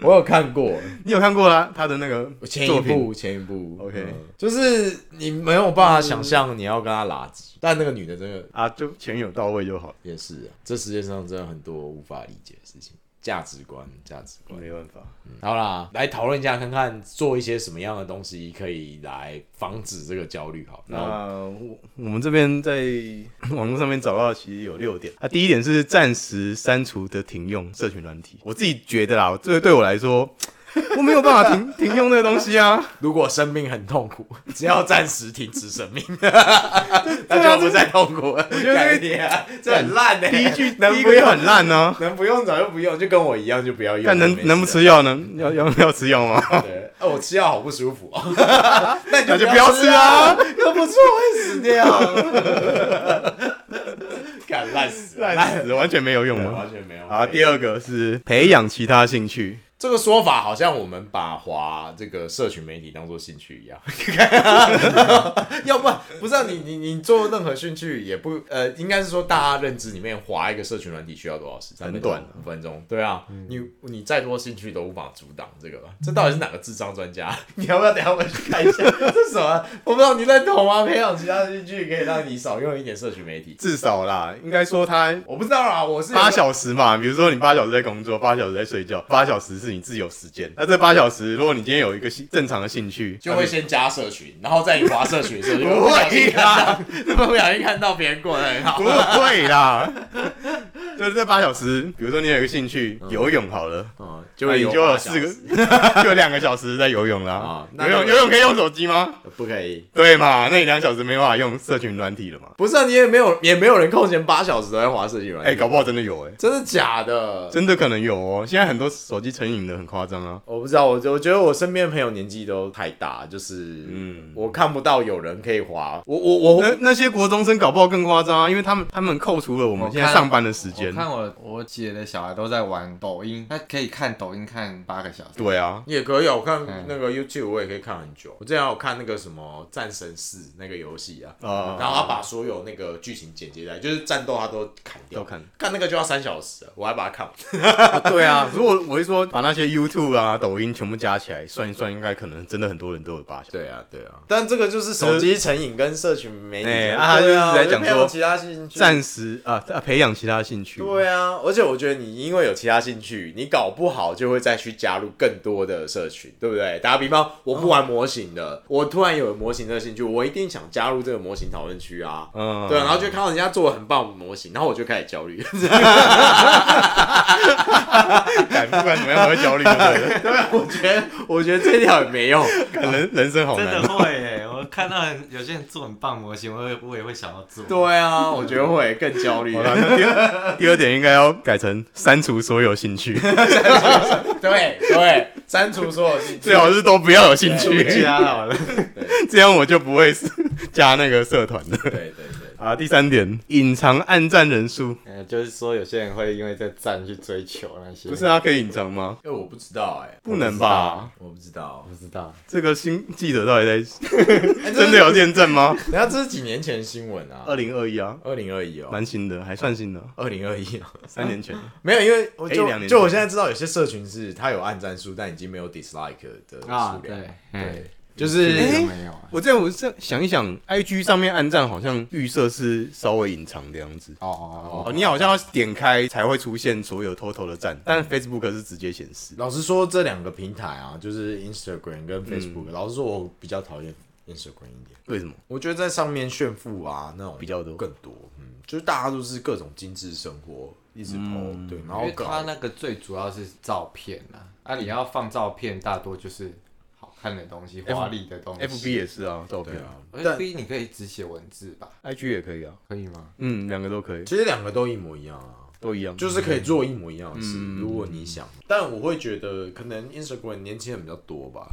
我有看过
你有看过他他的那个
前一
作品？
部，前一部
OK
嗯就是你没有办法想象你要跟他拉
嗯
鸡，但那个女的真的
啊，就钱有到位就好，
也是啊，这世界上真的很多无法理解的事情，价值观，价值观。
没办法。
好啦，来讨论一下，看看做一些什么样的东西可以来防止这个焦虑。好，
那
然后
我我们这边在 网络上面找到，其实有六点。啊，第一点是暂时删除的停用社群软体。我自己觉得啦，这个对我来 说，我没有办法停停用那个东西啊。
如果生命很痛苦， 只要暂时停止生 命，那就不再痛苦了。我
啊觉得这个
啊，这很烂的、
第一 句
能
第一
不
个就
用
很烂 呢、
能不用早就不用，就跟我一样，就不要用。
但能
没事啊
能不吃？药呢？要要要吃药吗？
对，啊，我吃药好不舒服哦。 那你
那就不
不
要
要
吃
啊
啊，
又不吃我会死掉。 干 烂死了，
烂死，完全没有用
对
啊。
完全没有。
好，第二个是培养其他兴趣。
这个说法好像我们把华这个社群媒体当做兴趣一样， 要不然不是、啊、你你你做任何兴趣也不呃，应该是说大家认知里面划一个社群软体需要多少时间？
很短
五分钟，对啊，你你再多兴趣都无法阻挡这个吧？这到底是哪个智障专家？ 你要不要等一下我们去看一下？这是什么啊？我不知道你认同吗？培养其他兴趣可以让你少用一点社群媒体。
至少啦，应该说他
我不知道啊，我 是
八小时嘛，比如说你八小时在工作，八小时在睡觉，八小时是是你自由时间。那这八小时，如果你今天有一个兴正常的兴趣，
就会先加社群，然后再你滑社群的时候， 就不小心看到，不小心看到别人过得很好
不，会啦， 就是这八小时，比如说你有一个兴趣游泳好了，
嗯，
就会
有
你就有
八小
四
时
个，就有两个小时在游泳啦
啊。那
游泳
就
游泳可以用手机吗？
不可以。
对嘛，那你两小时没办法用社群软体了嘛？
不是啊，你也没有，也没有人空闲八小时都在滑社群软
哎、
体
搞不好真的有哎、
真的假的？
真的可能有哦。现在很多手机成瘾的很夸张啊。
我不知道，我我觉得我身边的朋友年纪都太大，就是
嗯
我看不到有人可以滑。我我我
那那些国中生搞不好更夸张啊，因为他们他们扣除了我们
我
现在
看
上班的时间
我。看我我姐的小孩都在玩抖音，他可以看抖音看八个小时。
对啊，
也可以啊，我看
嗯
那个 YouTube 我也可以看很久。我之前有看那个什么《战神四》那个游戏啊，
啊
然后他把所有那个剧情剪接在，就是战斗他都砍掉，
都砍
看那个就要三小时了，我还把它看完。
对啊， 如果我会说把那些 YouTube 啊、抖音全部加起来算一算，应该可能真的很多人都有八小时。
对啊，对啊，但这个就是手机成瘾跟社群媒体成瘾，
哎啊
对啊，
就是在讲
我就培养
说
其他兴趣，
暂时啊，啊培养其他兴趣。
对啊，而且我觉得你因为有其他兴趣，你搞不好就会再去加入更多的社群，对不对？打个比方，我不玩模型的，我突然有了模型的兴趣，我一定想加入这个模型讨论区啊。
嗯，
对啊，然后就看到人家做的很棒的模型，然后我就开始焦虑。
敢不管怎么样，我会焦虑， 对不对？
我觉得，我觉得这条也没用。
看人人生好
真
难
的。会诶， 我看到很有些人做很棒模型，我也我也会想要做。
对啊，我觉得会更焦虑
好。了，那第二第二点应该要改成删除所有兴 趣，
对对，删除所有兴趣
最。好是都不要有兴趣，
加好了，
这样我就不会 加那个社团了。
对对对，
啊，第三点，隐藏暗战人数，
呃，就是说有些人会因为在站去追求那些，
不是啊，可以隐藏吗？
因为我不知道哎、
不能吧？
我不知道
我。不知道，
这个新记者到底在
哎
真的？有见证吗？
人家这是几年前的新闻啊
二，零二一啊，
二零二一哦，
蛮新的，还算新的，
二零二一哦。
三年前。
没有，因为我
哎
就、
两年前
就我现在知道有些社群是它有按赞数，但已经没有 dislike 的数量。
啊对
对
嗯，
就是、
哎
都没有啊。
我这样我这样想一想，IG 上面暗战好像预设是稍微隐藏的样子。
哦哦
哦，你好像要点开才会出现所有 total 的赞，但 Facebook 是直接显示。
老实说，这两个平台啊，就是 Instagram
嗯
跟 Facebook、老实说，我比较讨厌 Instagram 一点。
为什么？
我觉得在上面炫富啊，那种
比较多
更多，嗯，就是大家都是各种精致生活，一直 po，、对，
哦，因
然后
为他
搞
那个最主要是照片啦，啊，你要放照片，大多就是好看的东西、华丽的东西。
FB 也是啊，照
对
片
啊，但
FB 你可以只写文字吧？
，IG 也可以啊，
可以吗？
嗯，两个都可以，
其实两个都一模一样啊。
都一样，
就是可以做一模一样的事，如果你想。但我会觉得，可能 Instagram 年轻人比较多吧，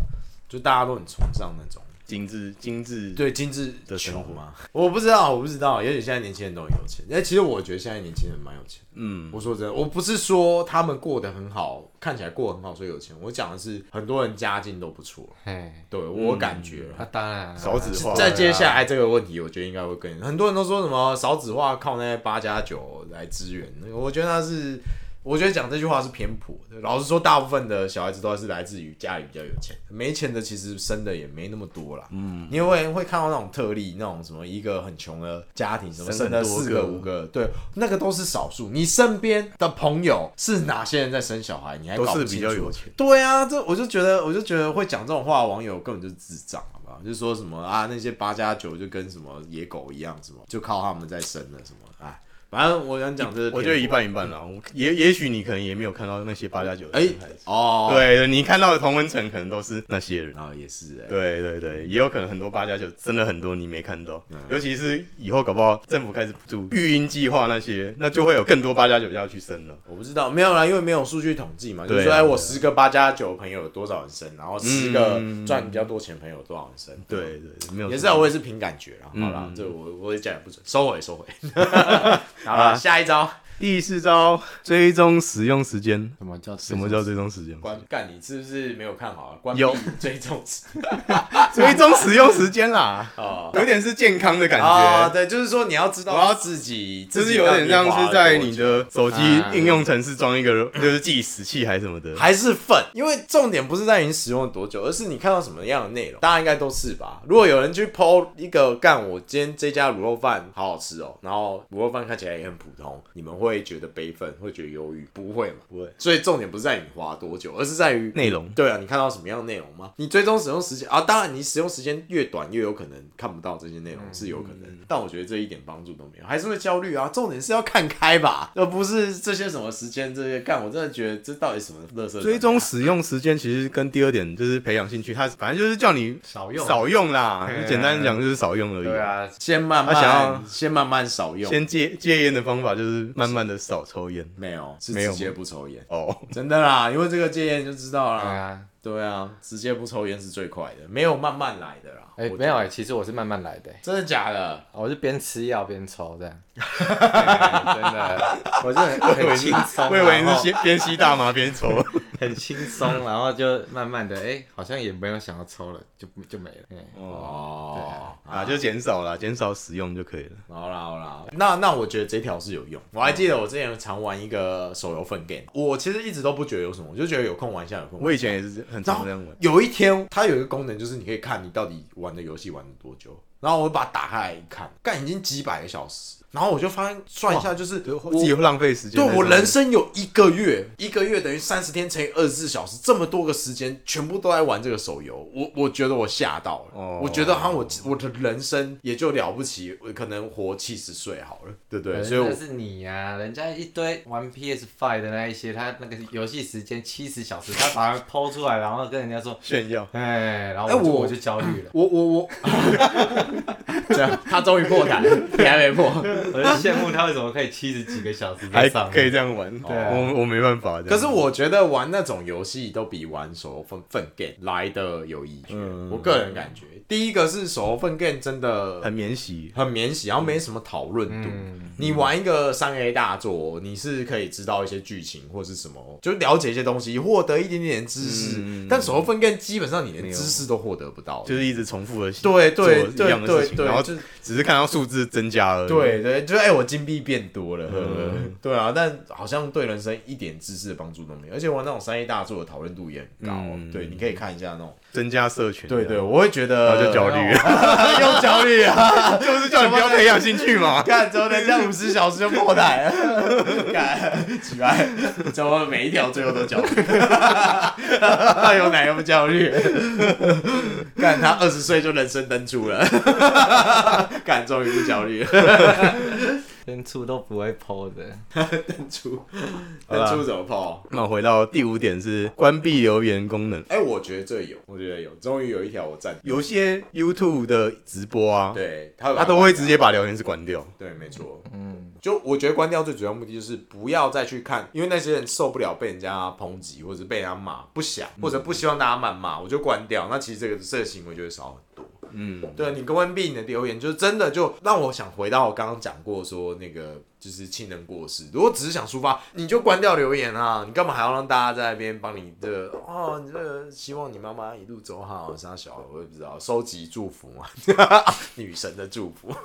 就大家都很崇尚那种
精致精致，，
对精致
的生
穷
活
吗？我不知道，我不知道，也许现在年轻人都很有钱。哎，其实我觉得现在年轻人蛮有钱。
嗯，
我说真的，我不是说他们过得很好，看起来过得很好，所以有钱。我讲的是很多人家境都不错，
嘿，
对我感觉。
那当然啊，
少子化
再接下来这个问题，我觉得应该会更很多人都说什么少子化靠那些八加九来支援，那个我觉得那是，我觉得讲这句话是偏颇的。老实说，大部分的小孩子都是来自于家里比较有钱，没钱的其实生的也没那么多啦。嗯，你会会看到那种特例，那种什么一个很穷的家庭，什么
生
生
很
了
多
四
个
个五个，对，那个都是少数。你身边的朋友是哪些人在生小孩？你还
都
搞不
是
清
比较
楚
有钱。
对啊，这我就觉得，我就觉得会讲这种话的网友根本就是智障，好不好？就说什么啊，那些八加九就跟什么野狗一样，什么就靠他们在生了什么，哎，反正我想讲这是
我觉得一
偏
半一半啦，我也也许你可能也没有看到那些八加九的
哎、
小孩子
哦，，
对，你看到的同温层可能都是那些人。
然后也是哎、
对嗯对对，也有可能很多八加九真的很多你没看到，尤其是以后搞不好政府开始补助育婴计划那些，那就会有更多八加九要去生了。
我不知道，没有啦，因为没有数据统计嘛，就是
对啊
说，哎，
对啊嗯
我十个八加九的朋友有多少人生，然后十个赚比较多钱的朋友有多少人生，
对对，对没有
也是
错
啊，我也是凭感觉啦。好啦，
嗯啊
这我我也讲也不准，收回收回。 好啦，下一招，
第四招追踪使用时间，
什么叫
什么叫追踪时间？
关干，你是不是没有看好啊？关闭
有
追踪
追踪使用时间啊啦，
哦
有点是健康的感
啊，
觉。
对，就是说你要知道，
我要
自己，
就是有点像是在你
的。
的手机
啊
应用程式装一个就是计时器还是什么的，
还是粪，因为重点不是在于你使用了多久，而是你看到什么样的内容。大家应该都是吧？如果有人去剖一个干，我今天这家卤肉饭好好吃哦，然后卤肉饭看起来也很普通，你们会会觉得悲愤，会觉得忧郁，不会嘛？
不会
所以重点不是在于你花多久，而是在于
内容
对啊，你看到什么样的内容吗？你追踪使用时间啊，当然你使用时间越短，越有可能看不到这些内
嗯
容是有可能，但我觉得这一点帮助都没有，还是会焦虑啊。重点是要看开吧，而不是这些什么时间这些干。我真的觉得这到底什么乐色？
追踪使用时间其实跟第二点就是培养兴趣，它反正就是叫你
少用
少用啦，
对啊
简单讲就是少用而已。
对啊，
先慢慢，
他想要
先慢慢少用，
先戒戒烟的方法就是慢慢的少抽烟。
没有是
没有
直
吗
接不抽烟，
哦，
真的啦，因为这个戒烟就知道
哎
对
啦。
啊，
对啊，直接不抽烟是最快的，没有慢慢来的啦。
哎，
我
没有哎，其实我是慢慢来的，哦
真的假的？
我是边吃药边抽 这样，哎真的，我是很
哎
很轻松，
啊
我以为你
然
是
后
先边吸大麻边抽。
很轻松，然后就慢慢的，哎，好像也没有想要抽了，就就没了，哎
哦，
哦，
啊，就减少啦，减少使用就可以了。
好啦好啦，那那我觉得这条是有用。我还记得我之前常玩一个手游粪 game，我其实一直都不觉得有什么，我就觉得有空玩一下，有空玩
我
一下。
以前也是很
然
常
后
这样玩。
有一天，它有一个功能，就是你可以看你到底玩的游戏玩了多久。然后我把它打开来一看，干已经几百个小时。然后我就发现算一下，就是我
自己会浪费时间
对
在上面。
我人生有一个月，一个月等于三十天乘以二十四小时，这么多个时间全部都在玩这个手游，我我觉得我吓到了，
哦
我觉得好像我我的人生也就了不起，我可能活七十岁好了，对不对？
哎
人
所以我
那是你呀、人家一堆玩 PS Five 的那一些，他那个游戏时间七十小时，他把它剖出来，然后跟人家说，
炫耀，
哎，然后
哎
我就
我
我就焦虑了，
我我 我，这样他终于破胆了，你还没破。
我就羡慕他为什么可以七十几个小时
还
在上
可以
面。
这样玩。
对啊
我我没办法这样。
可是我觉得玩那种游戏都比玩手游份份 game 来的有意义，
嗯
我个人感觉，第一个是手游份 game 真的
很免洗，
很免洗，然后没什么讨论度。
嗯
你玩一个三 A 大作，你是可以知道一些剧情或是什么，就了解一些东西，获得一点点知识。
嗯
但手游分更基本上你连
没有
知识都获得不到。
就是一直重复的洗。
哦对对
做一样
对
的事
对
情
对，
然后呃
就
只是看到数字增加而已。
对对，就哎、我金币变多
嗯
了，呵呵对啊，但好像对人生一点知识的帮助都没有。而且玩那种三 A 大作的讨论度也很高，
嗯
对，你可以看一下那种。
增加社群。
对对，
然
我会觉得
呃后就焦 虑，
又焦虑啊！
就是叫你不要培养兴趣 嘛。
看，怎么人家五十小时就破台了？ 看，奇怪，怎么每一条最后都焦虑？有奶又不焦虑？看他二十岁就人生登出了， 看终于不焦虑了。
跟处都不会剖的，
登出，
好啦
登出怎么破？
那我回到第五点是关闭留言功能。
哎、我觉得这有，我觉得有，终于有一条我赞
有些 YouTube 的直播啊，
对他有
他都会直接把聊天室关掉。
对，没错。
嗯，
就我觉得关掉最主要目的就是不要再去看，因为那些人受不了被人家抨击或者是被人家骂，不想或者不希望大家谩骂，我就关掉。那其实这个这个行为就会少很多。
嗯，
对你关闭你的留言，就是真的就让我想回到我刚刚讲过说那个就是亲人过世，如果只是想抒发，你就关掉留言啊，你干嘛还要让大家在那边帮你这个哦，你这个希望你妈妈一路走好，啥小我也不知道，收集祝福嘛，女神的祝福，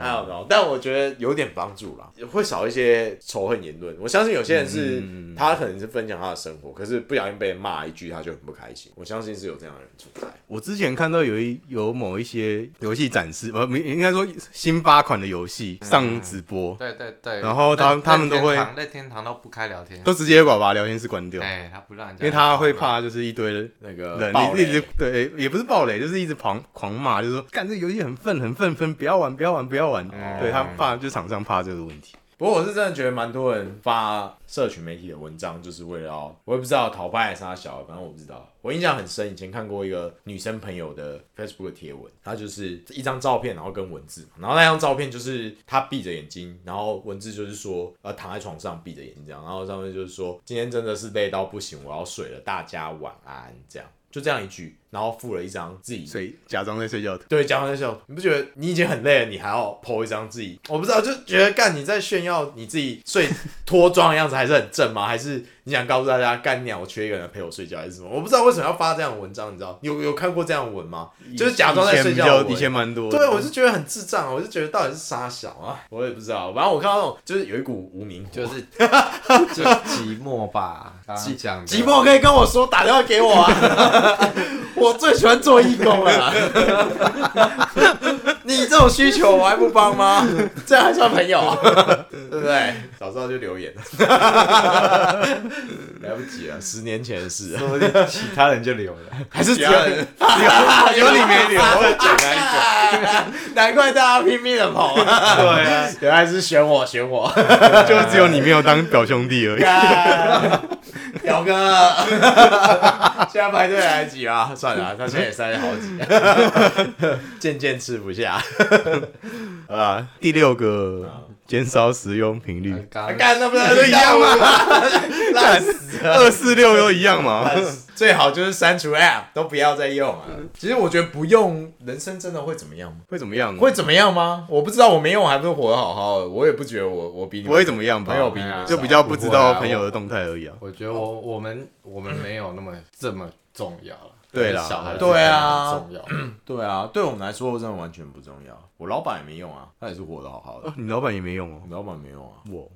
还有没有？但我觉得有点帮助啦，会少一些仇恨言论。我相信有些人是、
嗯
他可能是分享他的生活，可是不小心被骂一句，他就很不开心。我相信是有这样的人存在。
我之前看到有一有某一些游戏展示，呃，没应该说新发款的游戏上直播，
对对对。
然后他
任
他们都会
任天堂任天堂都不开聊天，
都直接把把聊天室关掉，
哎，他不让人家，
因为他会怕就是一堆人。
那个
人
暴
一
呃雷
直对，也不是暴雷，就是一直狂狂骂，就是说干这个游戏很愤很愤愤，不要玩不要玩不要玩。
哦
对他怕就厂商怕这个问题，
不过我是真的觉得蛮多人发社群媒体的文章，就是为了要我也不知道讨拍还是他小的，反正我不知道。我印象很深，以前看过一个女生朋友的 Facebook 的贴文，她就是一张照片，然后跟文字，然后那张照片就是她闭着眼睛，然后文字就是说呃躺在床上闭着眼睛这样，然后上面就是说今天真的是累到不行，我要睡了，大家晚安这样。就这样一句，然后附了一张自己
所以假装在睡觉的图。
对，讲完的时候，你不觉得你已经很累了，你还要 po 一张自己？我不知道，就觉得干你在炫耀你自己睡脱妆的样子，还是很正吗？还是你想告诉大家干鸟缺一个人陪我睡觉，还是什么？我不知道为什么要发这样的文章，你知道？有有看过这样的文吗？就是假装在睡觉的
以前比较以前
文。
蛮多的。
对，我是觉得很智障，啊我是觉得到底是傻小啊，我也不知道。反正我看到那种就是有一股无名火，
就是 就寂寞吧，刚刚讲的
寂寞可以跟我说，打电话给 我啊！我最喜欢做义工了啦。你这种需求我还不帮吗？这样还算朋友、 啊，对不对？早知道就留 言，来不及了，十年前的事，
说不定其他人就 留了。
还是只有你
有你没留，
简单一点，难怪大家拼命的跑、啊，
对啊，
原来是选我，选我，
就只有你没有当表兄弟而已。
表 哥，现在排队来得及吗？算了，啊他现在也塞了好几， 渐渐吃不下。
啊，第六个，减少使用频 率，
刚
干，那不是
都一样 吗？
烂死了！
二四六都一样 嘛。
最好就是删除 App，都不要再用啊。其实我觉得不用，人生真的会怎么样吗？
会怎么样啊呢？
会怎么样吗？我不知道，我没用，还不是活得好好的。我也不觉得我我比你们
不会怎么样吧
朋友比你啊
哎呀
们
就
少
比较不知道朋友
不
的
会啊
动态而已啊。
我觉得我我们我们没有那么这么重要了。
对啦
小孩子没
对啊
有那么重
对啊，对我们来说真的完全不重要。我老板也没用啊，他也是活得好好的
哦。你老板也没用哦
我。老板没用啊，
我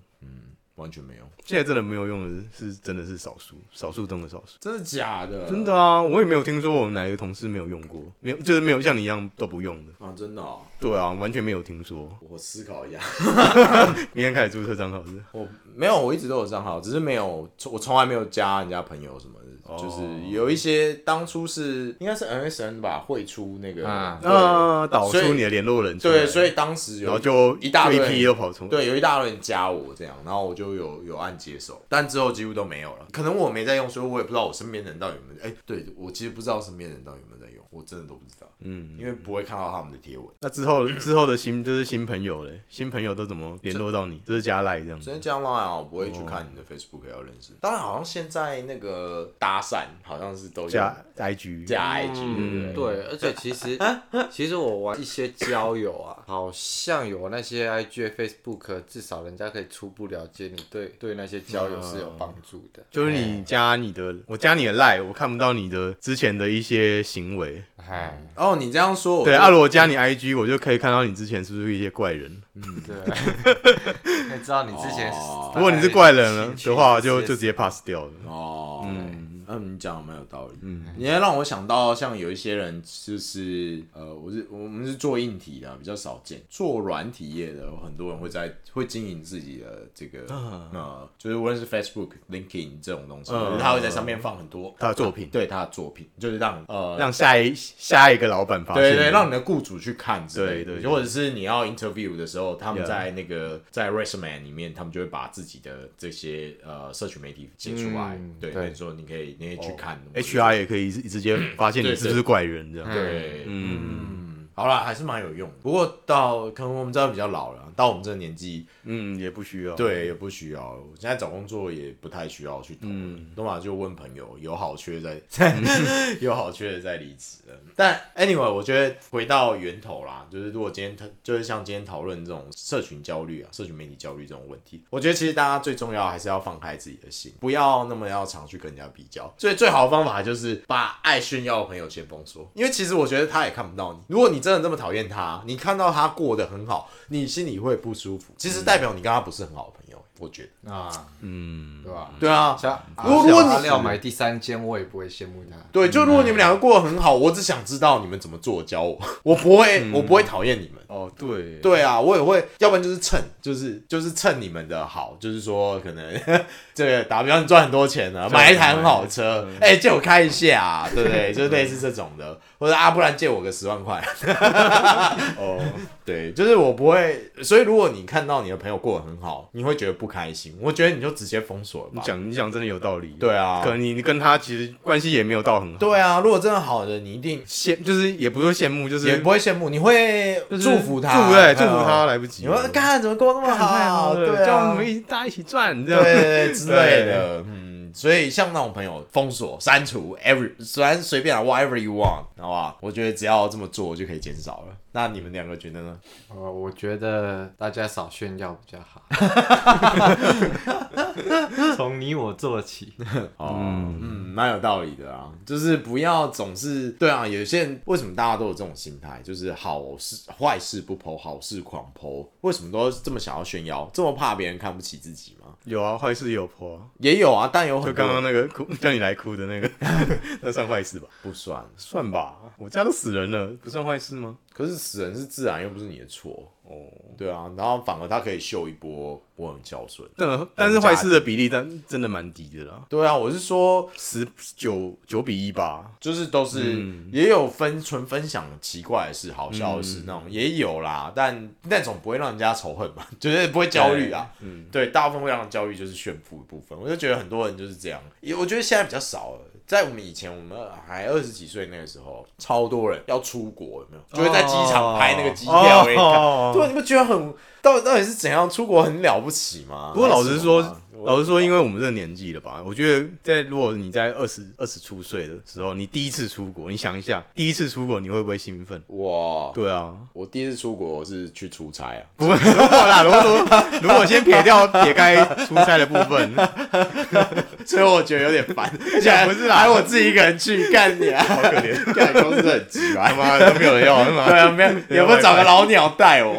完全没用，
现在真的没有用的是，真的是少数，少数中的少数。
真的假的？
真的啊，我也没有听说我哪一个同事没有用过，没有就是没有像你一样都不用的。
啊，真的、哦。
对啊，完全没有听说。
我思考一下，
明天开始注册账号 是不是？
我没有，我一直都有账号，只是没有，我从来没有加人家朋友什么的。
哦
就是有一些当初是应该是 NSN 吧，会出那个，
啊
对
啊，导
所以
出你的联络人出来
对，所以当时有
然后就
一大堆
就一批又跑出来。
对，有一大堆人加我这样，然后我就有有按接受，但之后几乎都没有了。可能我没在用，所以我也不知道我身边人到底有没有。哎、对我其实不知道身边人到底有没有在用，我真的都不知道，
嗯，
因为不会看到他们的贴文。
那之 后之后的新就是新朋友嘞，新朋友都怎么联络到你？就是加赖这样
直
子。
接加 Line 啊，我不会去
哦
看你的 Facebook 要认识。当然，好像现在那个搭讪好像是都有
加 IG，
加
要
IG，、对
嗯，
不对？
对，而且其实
啊
其实我玩一些交友啊，好像有那些 IG、Facebook，至少人家可以初步了解你对对那些交友是有帮助的。
就是你加你的，我加你的赖，我看不到你的之前的一些行为。
哎，
哦，你这样说，我
对，
就
啊，如果加你 IG，我就可以看到你之前是不是一些怪人。
对， 可以知道你之前
哦
如果你是怪人了的话，就就直接 pass 掉了。
哦，嗯，嗯，你讲的蛮有道理，嗯，你也让我想到，像有一些人就是，呃，我是我们是做硬体的，比较少见，做软体业的，很多人会在会经营自己的这个，呃，就是无论是 Facebook、LinkedIn 这种东西，
啊嗯
就是他会在上面放很多
他的作品
对他的作品，就是让呃
让下一下一个老板发现，
对对，让你的雇主去看之
对
类的，
对对
或者是你要 interview 的时候，他们
Yeah
在那个在 resume 里面，他们就会把自己的这些呃社群媒体写出来，
嗯
对，
对
所以说你可以你可以
哦
去看、
HR 也可以直接发现你是不是怪人这样。
对，
嗯
嗯，好啦，还是蛮有用的。不过到可能我们这样比较老了，到我们这个年纪，
嗯，也不需要。
对，也不需要。我现在找工作也不太需要去投，嗯，多嘛就问朋友，有好缺再再 有好缺的再离职了。但 anyway，我觉得回到源头啦，就是如果今天就是像今天讨论这种社群焦虑啊、社群媒体焦虑这种问题，我觉得其实大家最重要还是要放开自己的心，不要那么要常去跟人家比较。所以最好的方法就是把爱炫耀的朋友先封锁，因为其实我觉得他也看不到你。如果你真的这么讨厌他，你看到他过得很好，你心里会不舒服，其实代表你跟他不是很好的朋友。我觉得，
啊，嗯，对吧？
对啊，
像
如果如果你
阿廖买第三间，我也不会羡慕他。
对，就如果你们两个过得很好，我只想知道你们怎么做，教我，我不会，我不会讨厌你们。
哦，对，
对啊，我也会，要不然就是蹭，就是就是蹭你们的好，就是说可能 这个打比方，你赚很多钱了，买一台很好的车，哎、借我开一下、啊，对不对？就是类似这种 的，或者啊，不然借我个十万块，
哦，
对，就是我不会。所以如果你看到你的朋友过得很好，你会觉得不开心，我觉得你就直接封锁了
你
吧。
讲你讲真的有道理。，
对啊
可，能你跟他其实关系也没有到很好。
对啊，如果真的好的，你一定
羡就是也不是羡慕，就是
也不会羡慕，你会
就是
祝福他，
祝福对，
嗯
祝福他来不及
你
了。哦
说干怎么过那么好？对啊，
叫我们一大家一起赚，这
对
样。
对对之类的，嗯，所以像那种朋友封锁、删除，every 虽然随便啊，whatever you want，好吧？我觉得只要这么做就可以减少了。那你们两个觉得呢？
呃，我觉得大家少炫耀比 较好。
从你我 做起，
哦，嗯，蛮有道理的啊，就是不要总是对啊，有些人为什么大家都有这种心态，就是好事坏事不剖，好事狂剖，为什么都这么想要炫耀，这么怕别人看不起自己吗？
有啊，坏事也有破啊，
也有啊，但有
就刚刚那个哭叫你来哭的那个， 那算坏事吧？
不算，
算吧，我家都死人了，不算坏事吗？
可是死人是自然，又不是你的错。
哦，
对啊，然后反而他可以秀一波，我很孝顺。啊
但啊但是坏事的比例但真的蛮低的啦，
对啊，我是说，
十九九比一吧。
就是都是、也有分纯分享奇怪的事、好笑的事那种、也有啦，但那种不会让人家仇恨嘛， 就是不会焦虑啊。嗯，对，大部分会让人焦虑就是炫富的部分，我就觉得很多人就是这样，也我觉得现在比较少了。在我们以前，我们还二十几岁那个时候，超多人要出国，有没有？就会在机场拍那个机票给你看。
哦
对，你不觉得很到底到底是怎样出国很了不起吗？
不过老实
还啊是
说
什么，吗
老实说，因为我们这个年纪了吧，我觉得在如果你在二十二十出岁的时候，你第一次出国，你想一下，第一次出国你会不会兴奋？
我
对啊，
我第一次出国是去出差啊，
不会好啦。如果说如果先撇掉撇开出差的部分，
所以我觉得有点 烦，而且还
不是啦
还我自己一个人去干 你啊，
好可怜，
干公司很急
他
啊。
妈的都没有人要，他妈
对啊，没有，
对
有没有找个
WiFi
老鸟带 我？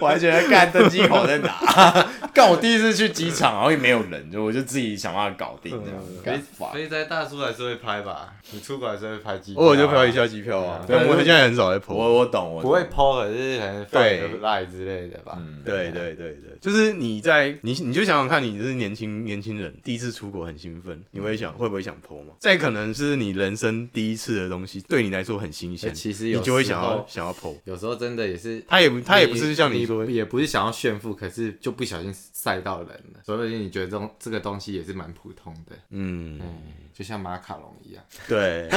我还觉得干登机口在哪？ 干我第一次去机场，然后也没有人，就我就自己想办法搞定这样。
啊
干烦
所以在大叔还是会拍吧，你出国还是会拍机票啊，
偶尔哦就拍一下机票啊。
对
但我
我
现在很少在跑。
我我懂，我懂
不会 PO，可是可能放
对
个 line 之类的吧。
嗯，
对对对对，就是你在你你就想想看，你是年轻年轻人第一次出国很兴奋，你会想会不会想剖吗？再可能是你人生第一次的东西，对你来说很新
呃
鲜，
哎其实
你
有
就会
时
想要
候
想要剖。
有时候真的也是，
他也不他也不是像
你
你说，
也不是想要炫富，可是就不小心晒到人了，所以你觉得这种这个东西也是蛮普通的，
嗯，
嗯，就像马卡龙 一样。
对，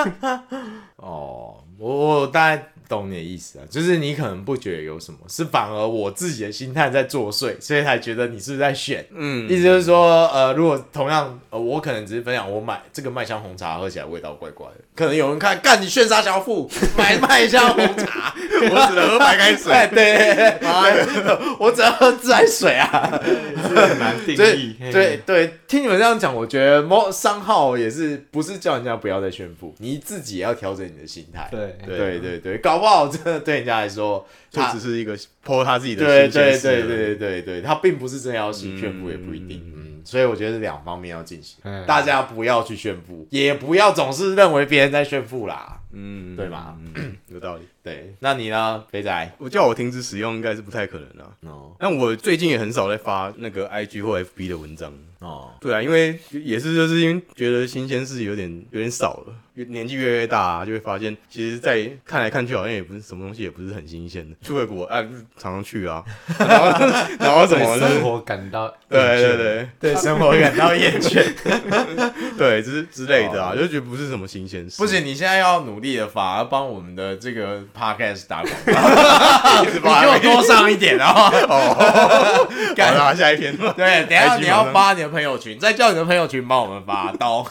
哦，我我大概懂你的意思啊，就是你可能不觉得有什么，是反而我自己的心态在作祟，所以才觉得你是不是在选。
嗯，
意思就是说，呃，如果同样，呃，我可能只是分享我买这个麦香红茶喝起来味道怪怪的，可能有人看，干你炫杀小富买麦香红茶，
我只能喝白开水。
哎，对 对，对对哎我只要喝自来水啊，
很难定
所以
义。嘿
对，对，听你们这样讲，我觉得某商号也是不是叫人家不要再炫富，你自己也要调整你的心态。
对
对
对对对，搞不好真的对人家来说，
就
他
只是一个剖他自己的
对
新鲜
对
事而已
对对对对，他并不是真的要去炫富，也不一定。嗯，所以我觉得是两方面要进行，
嗯
大家不要去炫富，也不要总是认为别人在炫富啦。
嗯，
对吧
嗯？有道 理。
对，那你呢，肥仔？
我叫我停止使用，应该是不太可能啊。
哦
但我最近也很少在发那个 IG 或 FB 的文章。
哦，
对啊，因为也是就是因为觉得新鲜事有点有点少了，越年纪越来越大、啊，就会发现其实，在看来看去好像也不是什么东西，也不是很新鲜的。出个国啊，常常去啊，然后 然后怎么
对
就是
生活感到
对对对
对生活感到厌倦，
对，之之类的啊，
哦
就觉得不是什么新鲜事。
不行，你现在要努力的，反而帮我们的这个 podcast 打广告，
是
你给我多上一点啊、哦！
好啦，下一篇吧。
对，等一下
IG
你
马
要
上
发你的朋友群，再叫你的朋友群帮我们发，懂？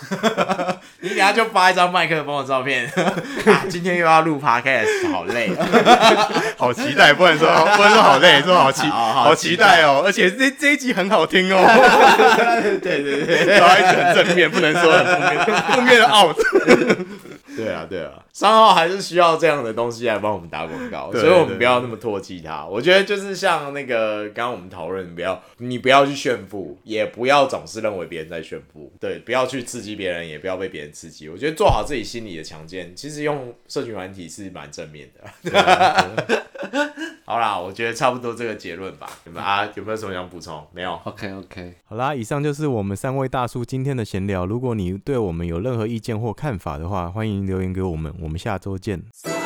你等一下就发一张麦克风的照片。 啊、今天又要录 podcast，好累。
好期待，不能说不能说好累，说好期
好好
好期待哦，而且这这一集很好听哦，
对对对
然后一直很正面，不能说很负面，负面的 out。
对啊对啊，三号还是需要这样的东西来帮我们打广告，
对
所以我们不要那么唾弃他。我觉得就是像那个刚刚我们讨论，不要你不要去炫富，也不要总是认为别人在炫富，对，不要去刺激别人，也不要被别人刺激。我觉得做好自己心理的强健，其实用社群软体是蛮正面的。
啊
好啦，我觉得差不多这个结论吧。你们啊，有没有什么想补充？没有。
OK OK，
好啦，以上就是我们三位大叔今天的闲聊。如果你对我们有任何意见或看法的话，欢迎留言给我们。我们下周见。
三